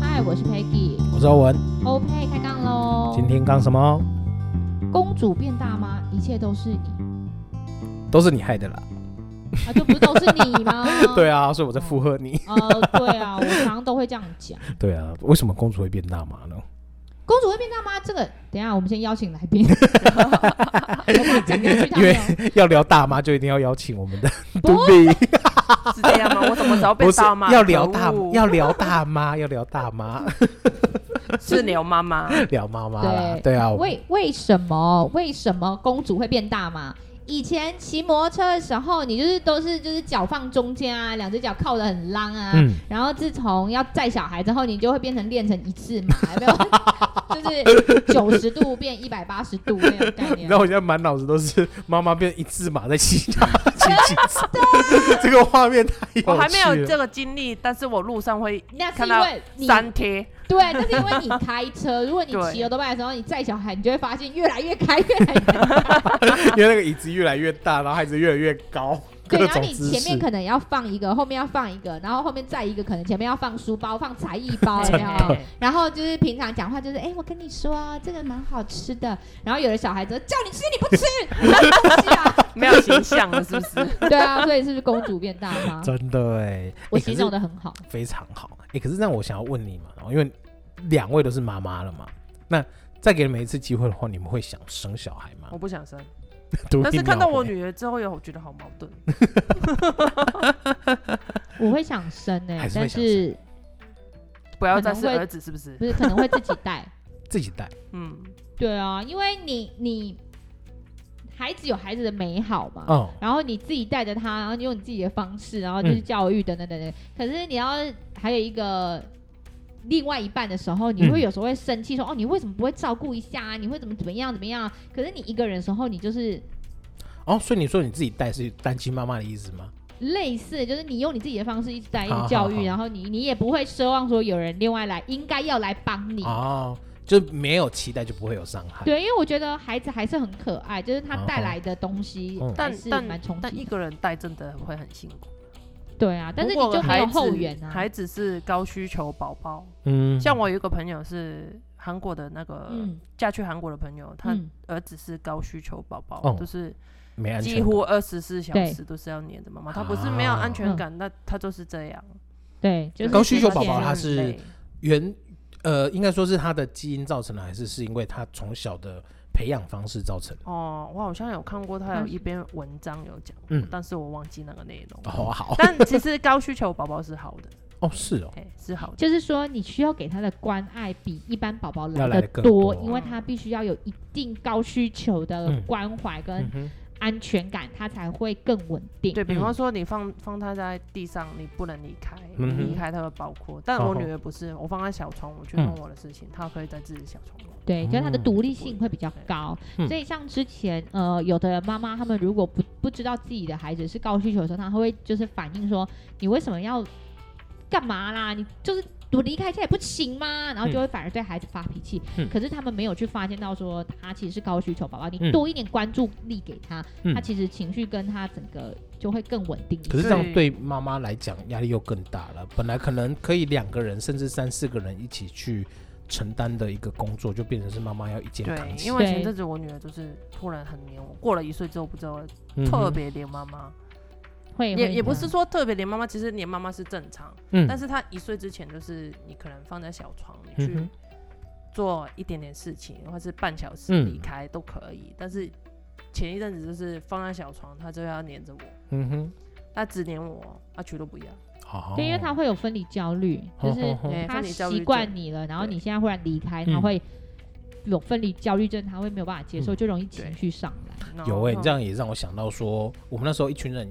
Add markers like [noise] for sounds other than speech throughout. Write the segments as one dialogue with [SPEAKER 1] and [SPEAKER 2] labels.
[SPEAKER 1] 嗨，我是 Peggy，
[SPEAKER 2] 我是欧文，
[SPEAKER 1] 欧佩开杠喽。
[SPEAKER 2] 今天刚什么？
[SPEAKER 1] 公主变大吗？一切都是你
[SPEAKER 2] 都是你害的啦。？
[SPEAKER 1] 啊，就不是都是你吗
[SPEAKER 2] [laughs] 对啊，所以我在附和你。
[SPEAKER 1] 呃，对啊，我常常都会这样讲。
[SPEAKER 2] 对啊，为什么公主会变大麻呢？
[SPEAKER 1] 公主会变大吗？这个等一下我们先邀请来
[SPEAKER 2] [laughs]
[SPEAKER 1] 宾，我怕讲下去他没
[SPEAKER 2] 因为
[SPEAKER 1] 有。
[SPEAKER 2] 要聊大妈，就一定要邀请我们的 [laughs]
[SPEAKER 1] 不
[SPEAKER 2] 杜比，
[SPEAKER 3] 是这样吗？
[SPEAKER 2] [laughs]
[SPEAKER 3] 我怎么找被
[SPEAKER 2] 不是
[SPEAKER 3] 盗吗？
[SPEAKER 2] 要聊大
[SPEAKER 3] 可恶
[SPEAKER 2] 要聊大妈，要聊大妈， [laughs]
[SPEAKER 3] 是聊妈妈，
[SPEAKER 2] 聊妈妈啦
[SPEAKER 1] 对。
[SPEAKER 2] 对啊，我
[SPEAKER 1] 为为什么为什么公主会变大嘛？以前骑摩托车的时候，你就是都是就是脚放中间啊，两只脚靠得很浪啊。
[SPEAKER 2] 嗯，
[SPEAKER 1] 然后自从要载小孩之后，你就会变成练成一字马，有没有？就是九十度变一百八十度那种概
[SPEAKER 2] 你
[SPEAKER 1] 念
[SPEAKER 2] [laughs] 知道。我现在满脑子都是妈妈变一字马在 [laughs] 骑马骑几
[SPEAKER 1] [laughs]
[SPEAKER 2] 次，
[SPEAKER 1] 啊
[SPEAKER 2] 这个画面太有趣
[SPEAKER 3] 我
[SPEAKER 2] 了。
[SPEAKER 3] 还没有这个经历，但是我路上会
[SPEAKER 1] 那是
[SPEAKER 3] 看
[SPEAKER 1] 因
[SPEAKER 3] 到
[SPEAKER 1] 为你
[SPEAKER 3] 粘贴，
[SPEAKER 1] 对，那是因为你开车。如果你
[SPEAKER 3] 对
[SPEAKER 1] 骑欧多拜的时候，你载小孩，你就会发现越来越开，越来越
[SPEAKER 2] 因为那个椅子越来越大，然后孩子越来越高，
[SPEAKER 1] 对。
[SPEAKER 2] 各
[SPEAKER 1] 然后
[SPEAKER 2] 种
[SPEAKER 1] 你
[SPEAKER 2] 姿
[SPEAKER 1] 前面
[SPEAKER 2] 势。
[SPEAKER 1] 可能要放一个，后面要放一个，然后后面再一个，可能前面要放书包、放才艺
[SPEAKER 3] [laughs]
[SPEAKER 1] 包，有没有？
[SPEAKER 3] 对
[SPEAKER 1] 然后就是平常讲话就是，哎、我跟你说啊，这个蛮好吃的。然后有的小孩子叫你吃你不吃，你什么东西啊？
[SPEAKER 3] 没有形象了，是不是？
[SPEAKER 1] [laughs] 对啊，所以是不是公主变大妈？
[SPEAKER 2] 真的哎，
[SPEAKER 1] 我
[SPEAKER 2] 欸可
[SPEAKER 1] 形
[SPEAKER 2] 是
[SPEAKER 1] 容的很好。
[SPEAKER 2] 非常好。哎、可是那我想要问你嘛，哦因为两位都是妈妈了嘛，那再给你们一次机会的话，你们会想生小孩吗
[SPEAKER 3] 我？不想生，
[SPEAKER 2] 独
[SPEAKER 3] 但是
[SPEAKER 2] 立
[SPEAKER 3] 看到
[SPEAKER 2] 秒
[SPEAKER 3] 我
[SPEAKER 2] 回，
[SPEAKER 3] 女儿之后，又觉得好矛盾。
[SPEAKER 1] 我会想生哎、
[SPEAKER 2] 还是会
[SPEAKER 1] 但
[SPEAKER 2] 想
[SPEAKER 1] 是
[SPEAKER 2] 啊
[SPEAKER 3] 不要再
[SPEAKER 1] 可
[SPEAKER 3] 是
[SPEAKER 1] 能会
[SPEAKER 3] 儿子，是不是
[SPEAKER 1] 不？是可能会自己带？
[SPEAKER 2] 哎自己带，
[SPEAKER 3] 嗯，
[SPEAKER 1] 对啊，因为你你孩子有孩子的美好
[SPEAKER 3] 啊
[SPEAKER 1] 嘛。
[SPEAKER 2] 嗯，
[SPEAKER 1] 然后你自己带着他，然后你用你自己的方式，然后就是
[SPEAKER 2] 嗯
[SPEAKER 1] 教育等等等等。可是你要还有一个另外一半的时候，你会
[SPEAKER 2] 嗯
[SPEAKER 1] 有时候会生气说，哦，你为什么不会照顾一下啊？你会怎么怎么样怎么样？可是你一个人的时候，你就是
[SPEAKER 2] 哦，所以你说你自己带是单亲妈妈的意思吗？
[SPEAKER 1] 类似，就是你用你自己的方式一直带，一
[SPEAKER 2] 好
[SPEAKER 1] 直
[SPEAKER 2] 好
[SPEAKER 1] 教育，
[SPEAKER 2] 好
[SPEAKER 1] 然后你你也不会奢望说有人另外来，应该要来帮
[SPEAKER 3] 嗯
[SPEAKER 1] 你。
[SPEAKER 2] 哦，就没有期待就不会有伤害。
[SPEAKER 1] 对，因为我觉得孩子还是很可爱，就是他带来的东西
[SPEAKER 2] 嗯
[SPEAKER 1] 还
[SPEAKER 3] 但
[SPEAKER 1] 是蛮
[SPEAKER 3] 但
[SPEAKER 1] 冲
[SPEAKER 3] 但
[SPEAKER 1] 击
[SPEAKER 3] 一
[SPEAKER 1] 的。
[SPEAKER 3] 个人带真的会很辛苦。
[SPEAKER 1] 对啊，但是你
[SPEAKER 3] 如果
[SPEAKER 1] 就没有
[SPEAKER 3] 孩子
[SPEAKER 1] 后援啊。
[SPEAKER 3] 孩子是高需求宝宝，
[SPEAKER 2] 嗯
[SPEAKER 3] 像我有一个朋友是韩国的那个
[SPEAKER 1] 嗯
[SPEAKER 3] 嫁去韩国的朋友，他
[SPEAKER 1] 嗯，
[SPEAKER 3] 儿子是高需求宝宝
[SPEAKER 2] 哦，
[SPEAKER 3] 就是
[SPEAKER 2] 没安全
[SPEAKER 3] 几
[SPEAKER 2] 感，
[SPEAKER 3] 乎二十四小
[SPEAKER 1] 对
[SPEAKER 3] 时都是要黏着妈妈，他不是没有安全感，那他就是这样。
[SPEAKER 1] 对，就是
[SPEAKER 2] 高需求
[SPEAKER 1] 之
[SPEAKER 2] 宝
[SPEAKER 1] 前
[SPEAKER 2] 宝他是
[SPEAKER 3] 很累
[SPEAKER 2] 原呃，应该说是他的基因造成的，还是是因为他从小的培养方式造成的？
[SPEAKER 3] 哦，我好像有看过他有
[SPEAKER 1] 嗯
[SPEAKER 3] 一篇文章有讲，
[SPEAKER 2] 嗯
[SPEAKER 3] 但是我忘记那个内容。
[SPEAKER 2] 哦，好，
[SPEAKER 3] [laughs] 但其实高需求宝宝是好的，
[SPEAKER 2] 哦，是哦，
[SPEAKER 3] 哎、是好的。
[SPEAKER 1] 就是说，你需要给他的关爱比一般宝宝
[SPEAKER 2] 要
[SPEAKER 1] 来
[SPEAKER 2] 来
[SPEAKER 1] 的
[SPEAKER 2] 得更
[SPEAKER 1] 多，
[SPEAKER 2] 多
[SPEAKER 1] 因为他必须要有一定高需求的
[SPEAKER 2] 嗯
[SPEAKER 1] 关怀跟
[SPEAKER 2] 嗯哼，
[SPEAKER 1] 安全感，他才会更稳定。
[SPEAKER 3] 对比
[SPEAKER 2] 嗯
[SPEAKER 3] 方说，你放放他在地上，你不能离开，你
[SPEAKER 2] 嗯哼哦
[SPEAKER 3] 离开他会爆哭。但
[SPEAKER 2] 好
[SPEAKER 3] 我
[SPEAKER 2] 好
[SPEAKER 3] 女儿不是，我放在小床，我去
[SPEAKER 2] 嗯
[SPEAKER 3] 弄我的事情，她可以在自己小床玩。
[SPEAKER 1] 对，就是它的
[SPEAKER 2] 嗯
[SPEAKER 1] 独立性会比较高。
[SPEAKER 2] 嗯
[SPEAKER 1] 所以像之前呃，有的妈妈她们如果不不知道自己的孩子是高需求的时候，她会就是反映说：“你为什么要干嘛啦？你就是我离开家也不行吗？”然后就会反而对孩子发脾气。
[SPEAKER 2] 嗯
[SPEAKER 1] 可是他们没有去发现到说他其实是高需求宝宝，你
[SPEAKER 2] 嗯
[SPEAKER 1] 多一点关注力给他，
[SPEAKER 2] 嗯
[SPEAKER 1] 他其实情绪跟他整个就会更稳定一
[SPEAKER 2] 可
[SPEAKER 1] 些。
[SPEAKER 2] 是这样对妈妈来讲压力又更大了。本来可能可以两个人甚至三四个人一起去承担的一个工作，就变成是妈妈要一肩
[SPEAKER 3] 对
[SPEAKER 2] 扛，起，
[SPEAKER 3] 因为
[SPEAKER 1] 对
[SPEAKER 3] 前阵子我女儿就是突然很黏我，过了一岁之后不知道
[SPEAKER 2] 嗯哼
[SPEAKER 3] 特别黏妈妈，
[SPEAKER 1] 会
[SPEAKER 3] 也
[SPEAKER 1] 会嗯
[SPEAKER 3] 也不
[SPEAKER 1] 这
[SPEAKER 3] 是
[SPEAKER 1] 样
[SPEAKER 3] 说特别黏妈妈，其实黏妈妈是正常，
[SPEAKER 2] 嗯
[SPEAKER 3] 但是她一岁之前就是你可能放在小床，你
[SPEAKER 2] 嗯
[SPEAKER 3] 去
[SPEAKER 2] 哼
[SPEAKER 3] 做一点点事情，或是半小时
[SPEAKER 2] 嗯
[SPEAKER 3] 离开都可以。但是前一阵子就是放在小床，他就要黏着我，
[SPEAKER 2] 嗯哼，
[SPEAKER 3] 他只黏我，他绝对不要。
[SPEAKER 2] 好，
[SPEAKER 1] 对，因为他会有分离焦虑，
[SPEAKER 2] 哦
[SPEAKER 1] 就是
[SPEAKER 2] 哦哦
[SPEAKER 3] 对
[SPEAKER 1] 他
[SPEAKER 3] 分离焦虑
[SPEAKER 1] 习
[SPEAKER 3] 症
[SPEAKER 1] 惯你了，然后
[SPEAKER 3] 对
[SPEAKER 1] 你现在忽然离开，
[SPEAKER 2] 嗯
[SPEAKER 1] 他会有分离焦虑症，他会没有办法接受，就容易情绪上来。
[SPEAKER 3] 然后
[SPEAKER 2] 有哎、你这样也让我想到说，我们那时候一群人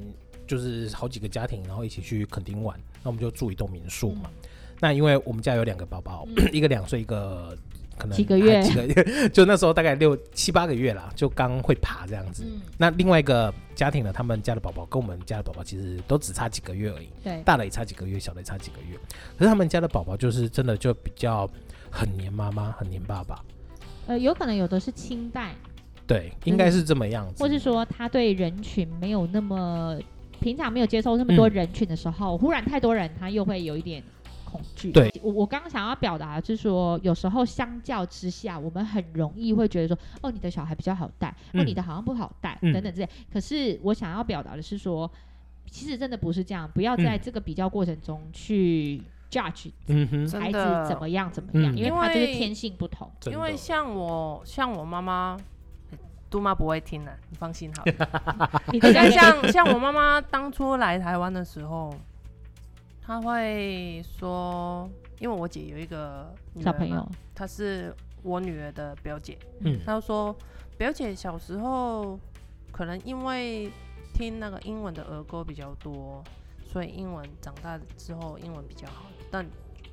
[SPEAKER 2] 就是好几个家庭，然后一起去垦丁玩，那我们就住一栋民宿嘛。
[SPEAKER 3] 嗯
[SPEAKER 2] 那因为我们家有两个宝
[SPEAKER 3] [clears throat]
[SPEAKER 2] 宝，
[SPEAKER 1] 嗯
[SPEAKER 2] 一个两岁，一个可能
[SPEAKER 1] 几个月
[SPEAKER 2] [laughs] 还几个月，就那时候大概六七八个月啦，就刚会爬这样子。
[SPEAKER 1] 嗯，
[SPEAKER 2] 那另外一个家庭呢，他们家的宝宝跟我们家的宝宝其实都只差几个月而已，
[SPEAKER 1] 对，
[SPEAKER 2] 大的也差几个月，小的也差几个月。可是他们家的宝宝就是真的就比较很黏妈妈，很黏爸爸，
[SPEAKER 1] 呃，有可能有的是亲代，
[SPEAKER 2] 对，应该是这么样子。
[SPEAKER 1] 或是说他对人群没有那么平常没有接受那么多
[SPEAKER 2] 嗯
[SPEAKER 1] 人群的时候，忽然太多人，他又会有一点恐惧。
[SPEAKER 2] 对，
[SPEAKER 1] 我我刚刚想要表达的就是说，有时候相较之下，我们很容易会觉得说，哦，你的小孩比较好带，哦，
[SPEAKER 2] 嗯
[SPEAKER 1] 你的好像不好带，
[SPEAKER 2] 嗯
[SPEAKER 1] 等等之类。可是我想要表达的是说，其实真的不是这样，不要在这个比较过程中去 judge
[SPEAKER 2] 嗯哼，
[SPEAKER 3] 真
[SPEAKER 1] 孩子
[SPEAKER 3] 的
[SPEAKER 1] 怎么样怎么样，
[SPEAKER 2] 嗯
[SPEAKER 1] 因为他就是
[SPEAKER 3] 因为
[SPEAKER 1] 天性不
[SPEAKER 2] [laughs]
[SPEAKER 1] 同。
[SPEAKER 2] 真
[SPEAKER 3] 因
[SPEAKER 2] 的
[SPEAKER 3] 为像我像我妈妈，杜妈不会听的，你放心好了。 [laughs]
[SPEAKER 1] 你的
[SPEAKER 3] 你看，
[SPEAKER 1] 家 [laughs]
[SPEAKER 3] 像像我妈妈当初来台湾的时候，她会说，因为我姐有一个女
[SPEAKER 1] 小
[SPEAKER 3] 儿
[SPEAKER 1] 朋
[SPEAKER 3] 嘛
[SPEAKER 1] 友，
[SPEAKER 3] 她是我女儿的表姐，
[SPEAKER 2] 嗯
[SPEAKER 3] 她就说表姐小时候可能因为听那个英文的儿歌比较多，所以英文长大之后英文比较好，但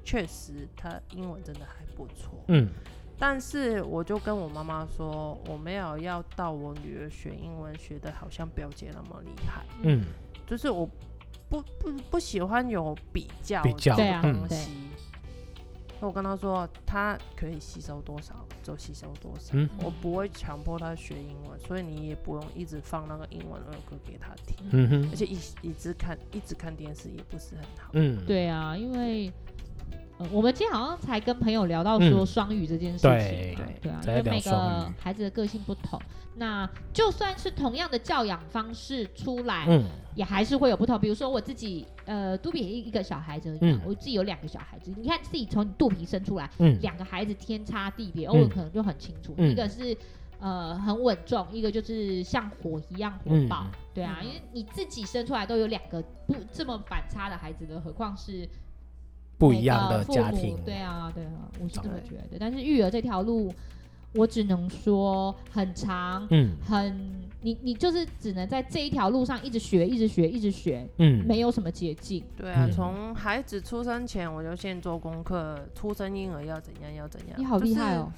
[SPEAKER 3] 确实她英文真的还不错。
[SPEAKER 2] 嗯
[SPEAKER 3] 但是我就跟我妈妈说，我没有要到我女儿学英文学的好像表姐那么厉害，
[SPEAKER 2] 嗯
[SPEAKER 3] 就是我不不不喜欢有比较
[SPEAKER 2] 比较
[SPEAKER 1] 对啊
[SPEAKER 3] 的
[SPEAKER 1] 嗯
[SPEAKER 3] 东
[SPEAKER 1] 对
[SPEAKER 3] 西。那我跟她说，她可以吸收多少就吸收多少，
[SPEAKER 2] 嗯
[SPEAKER 3] 我不会强迫她学英文，所以你也不用一直放那个英文儿歌给她听，
[SPEAKER 2] 嗯哼
[SPEAKER 3] 而且一一直看一直看电视也不是很好。
[SPEAKER 2] 嗯，
[SPEAKER 1] 对啊，因为、呃我们今天好像才跟朋友聊到说
[SPEAKER 2] 嗯
[SPEAKER 1] 双语这件事
[SPEAKER 2] 对
[SPEAKER 1] 情嘛，
[SPEAKER 3] 对
[SPEAKER 1] 啊，因
[SPEAKER 2] 才
[SPEAKER 1] 为
[SPEAKER 2] 聊
[SPEAKER 1] 每
[SPEAKER 2] 双
[SPEAKER 1] 个
[SPEAKER 2] 语
[SPEAKER 1] 孩子的个性不同，那就算是同样的教养方式出来，
[SPEAKER 2] 嗯
[SPEAKER 1] 也还是会有不同。比如说我自己，呃，杜比也一个小孩子而已嘛，
[SPEAKER 2] 嗯
[SPEAKER 1] 我自己有两个小孩子，你看自己从你肚皮生出来，
[SPEAKER 2] 嗯
[SPEAKER 1] 两个孩子天差地别，
[SPEAKER 2] 嗯
[SPEAKER 1] 我可能就很清楚，
[SPEAKER 2] 嗯
[SPEAKER 1] 一个是。呃，很稳重，一个就是像火一样火
[SPEAKER 2] 嗯
[SPEAKER 1] 爆，对啊，
[SPEAKER 3] 嗯
[SPEAKER 1] 因为你自己生出来都有两个不这么反差的孩子了，何况是
[SPEAKER 2] 不
[SPEAKER 1] 每
[SPEAKER 2] 一样
[SPEAKER 1] 个
[SPEAKER 2] 的
[SPEAKER 1] 呃父
[SPEAKER 2] 家
[SPEAKER 1] 母
[SPEAKER 2] 庭，
[SPEAKER 1] 对啊，对啊，我是这么
[SPEAKER 3] 对
[SPEAKER 1] 觉得。但是育儿这条路，我只能说很长，
[SPEAKER 2] 嗯
[SPEAKER 1] 很你你就是只能在这一条路上一直学，一直学，一直学，
[SPEAKER 2] 嗯
[SPEAKER 1] 没有什么捷径。
[SPEAKER 3] 对啊
[SPEAKER 2] 嗯，
[SPEAKER 3] 从、孩子出生前我就先做功课，出生婴儿要怎样要怎样。
[SPEAKER 1] 你好厉害哦！！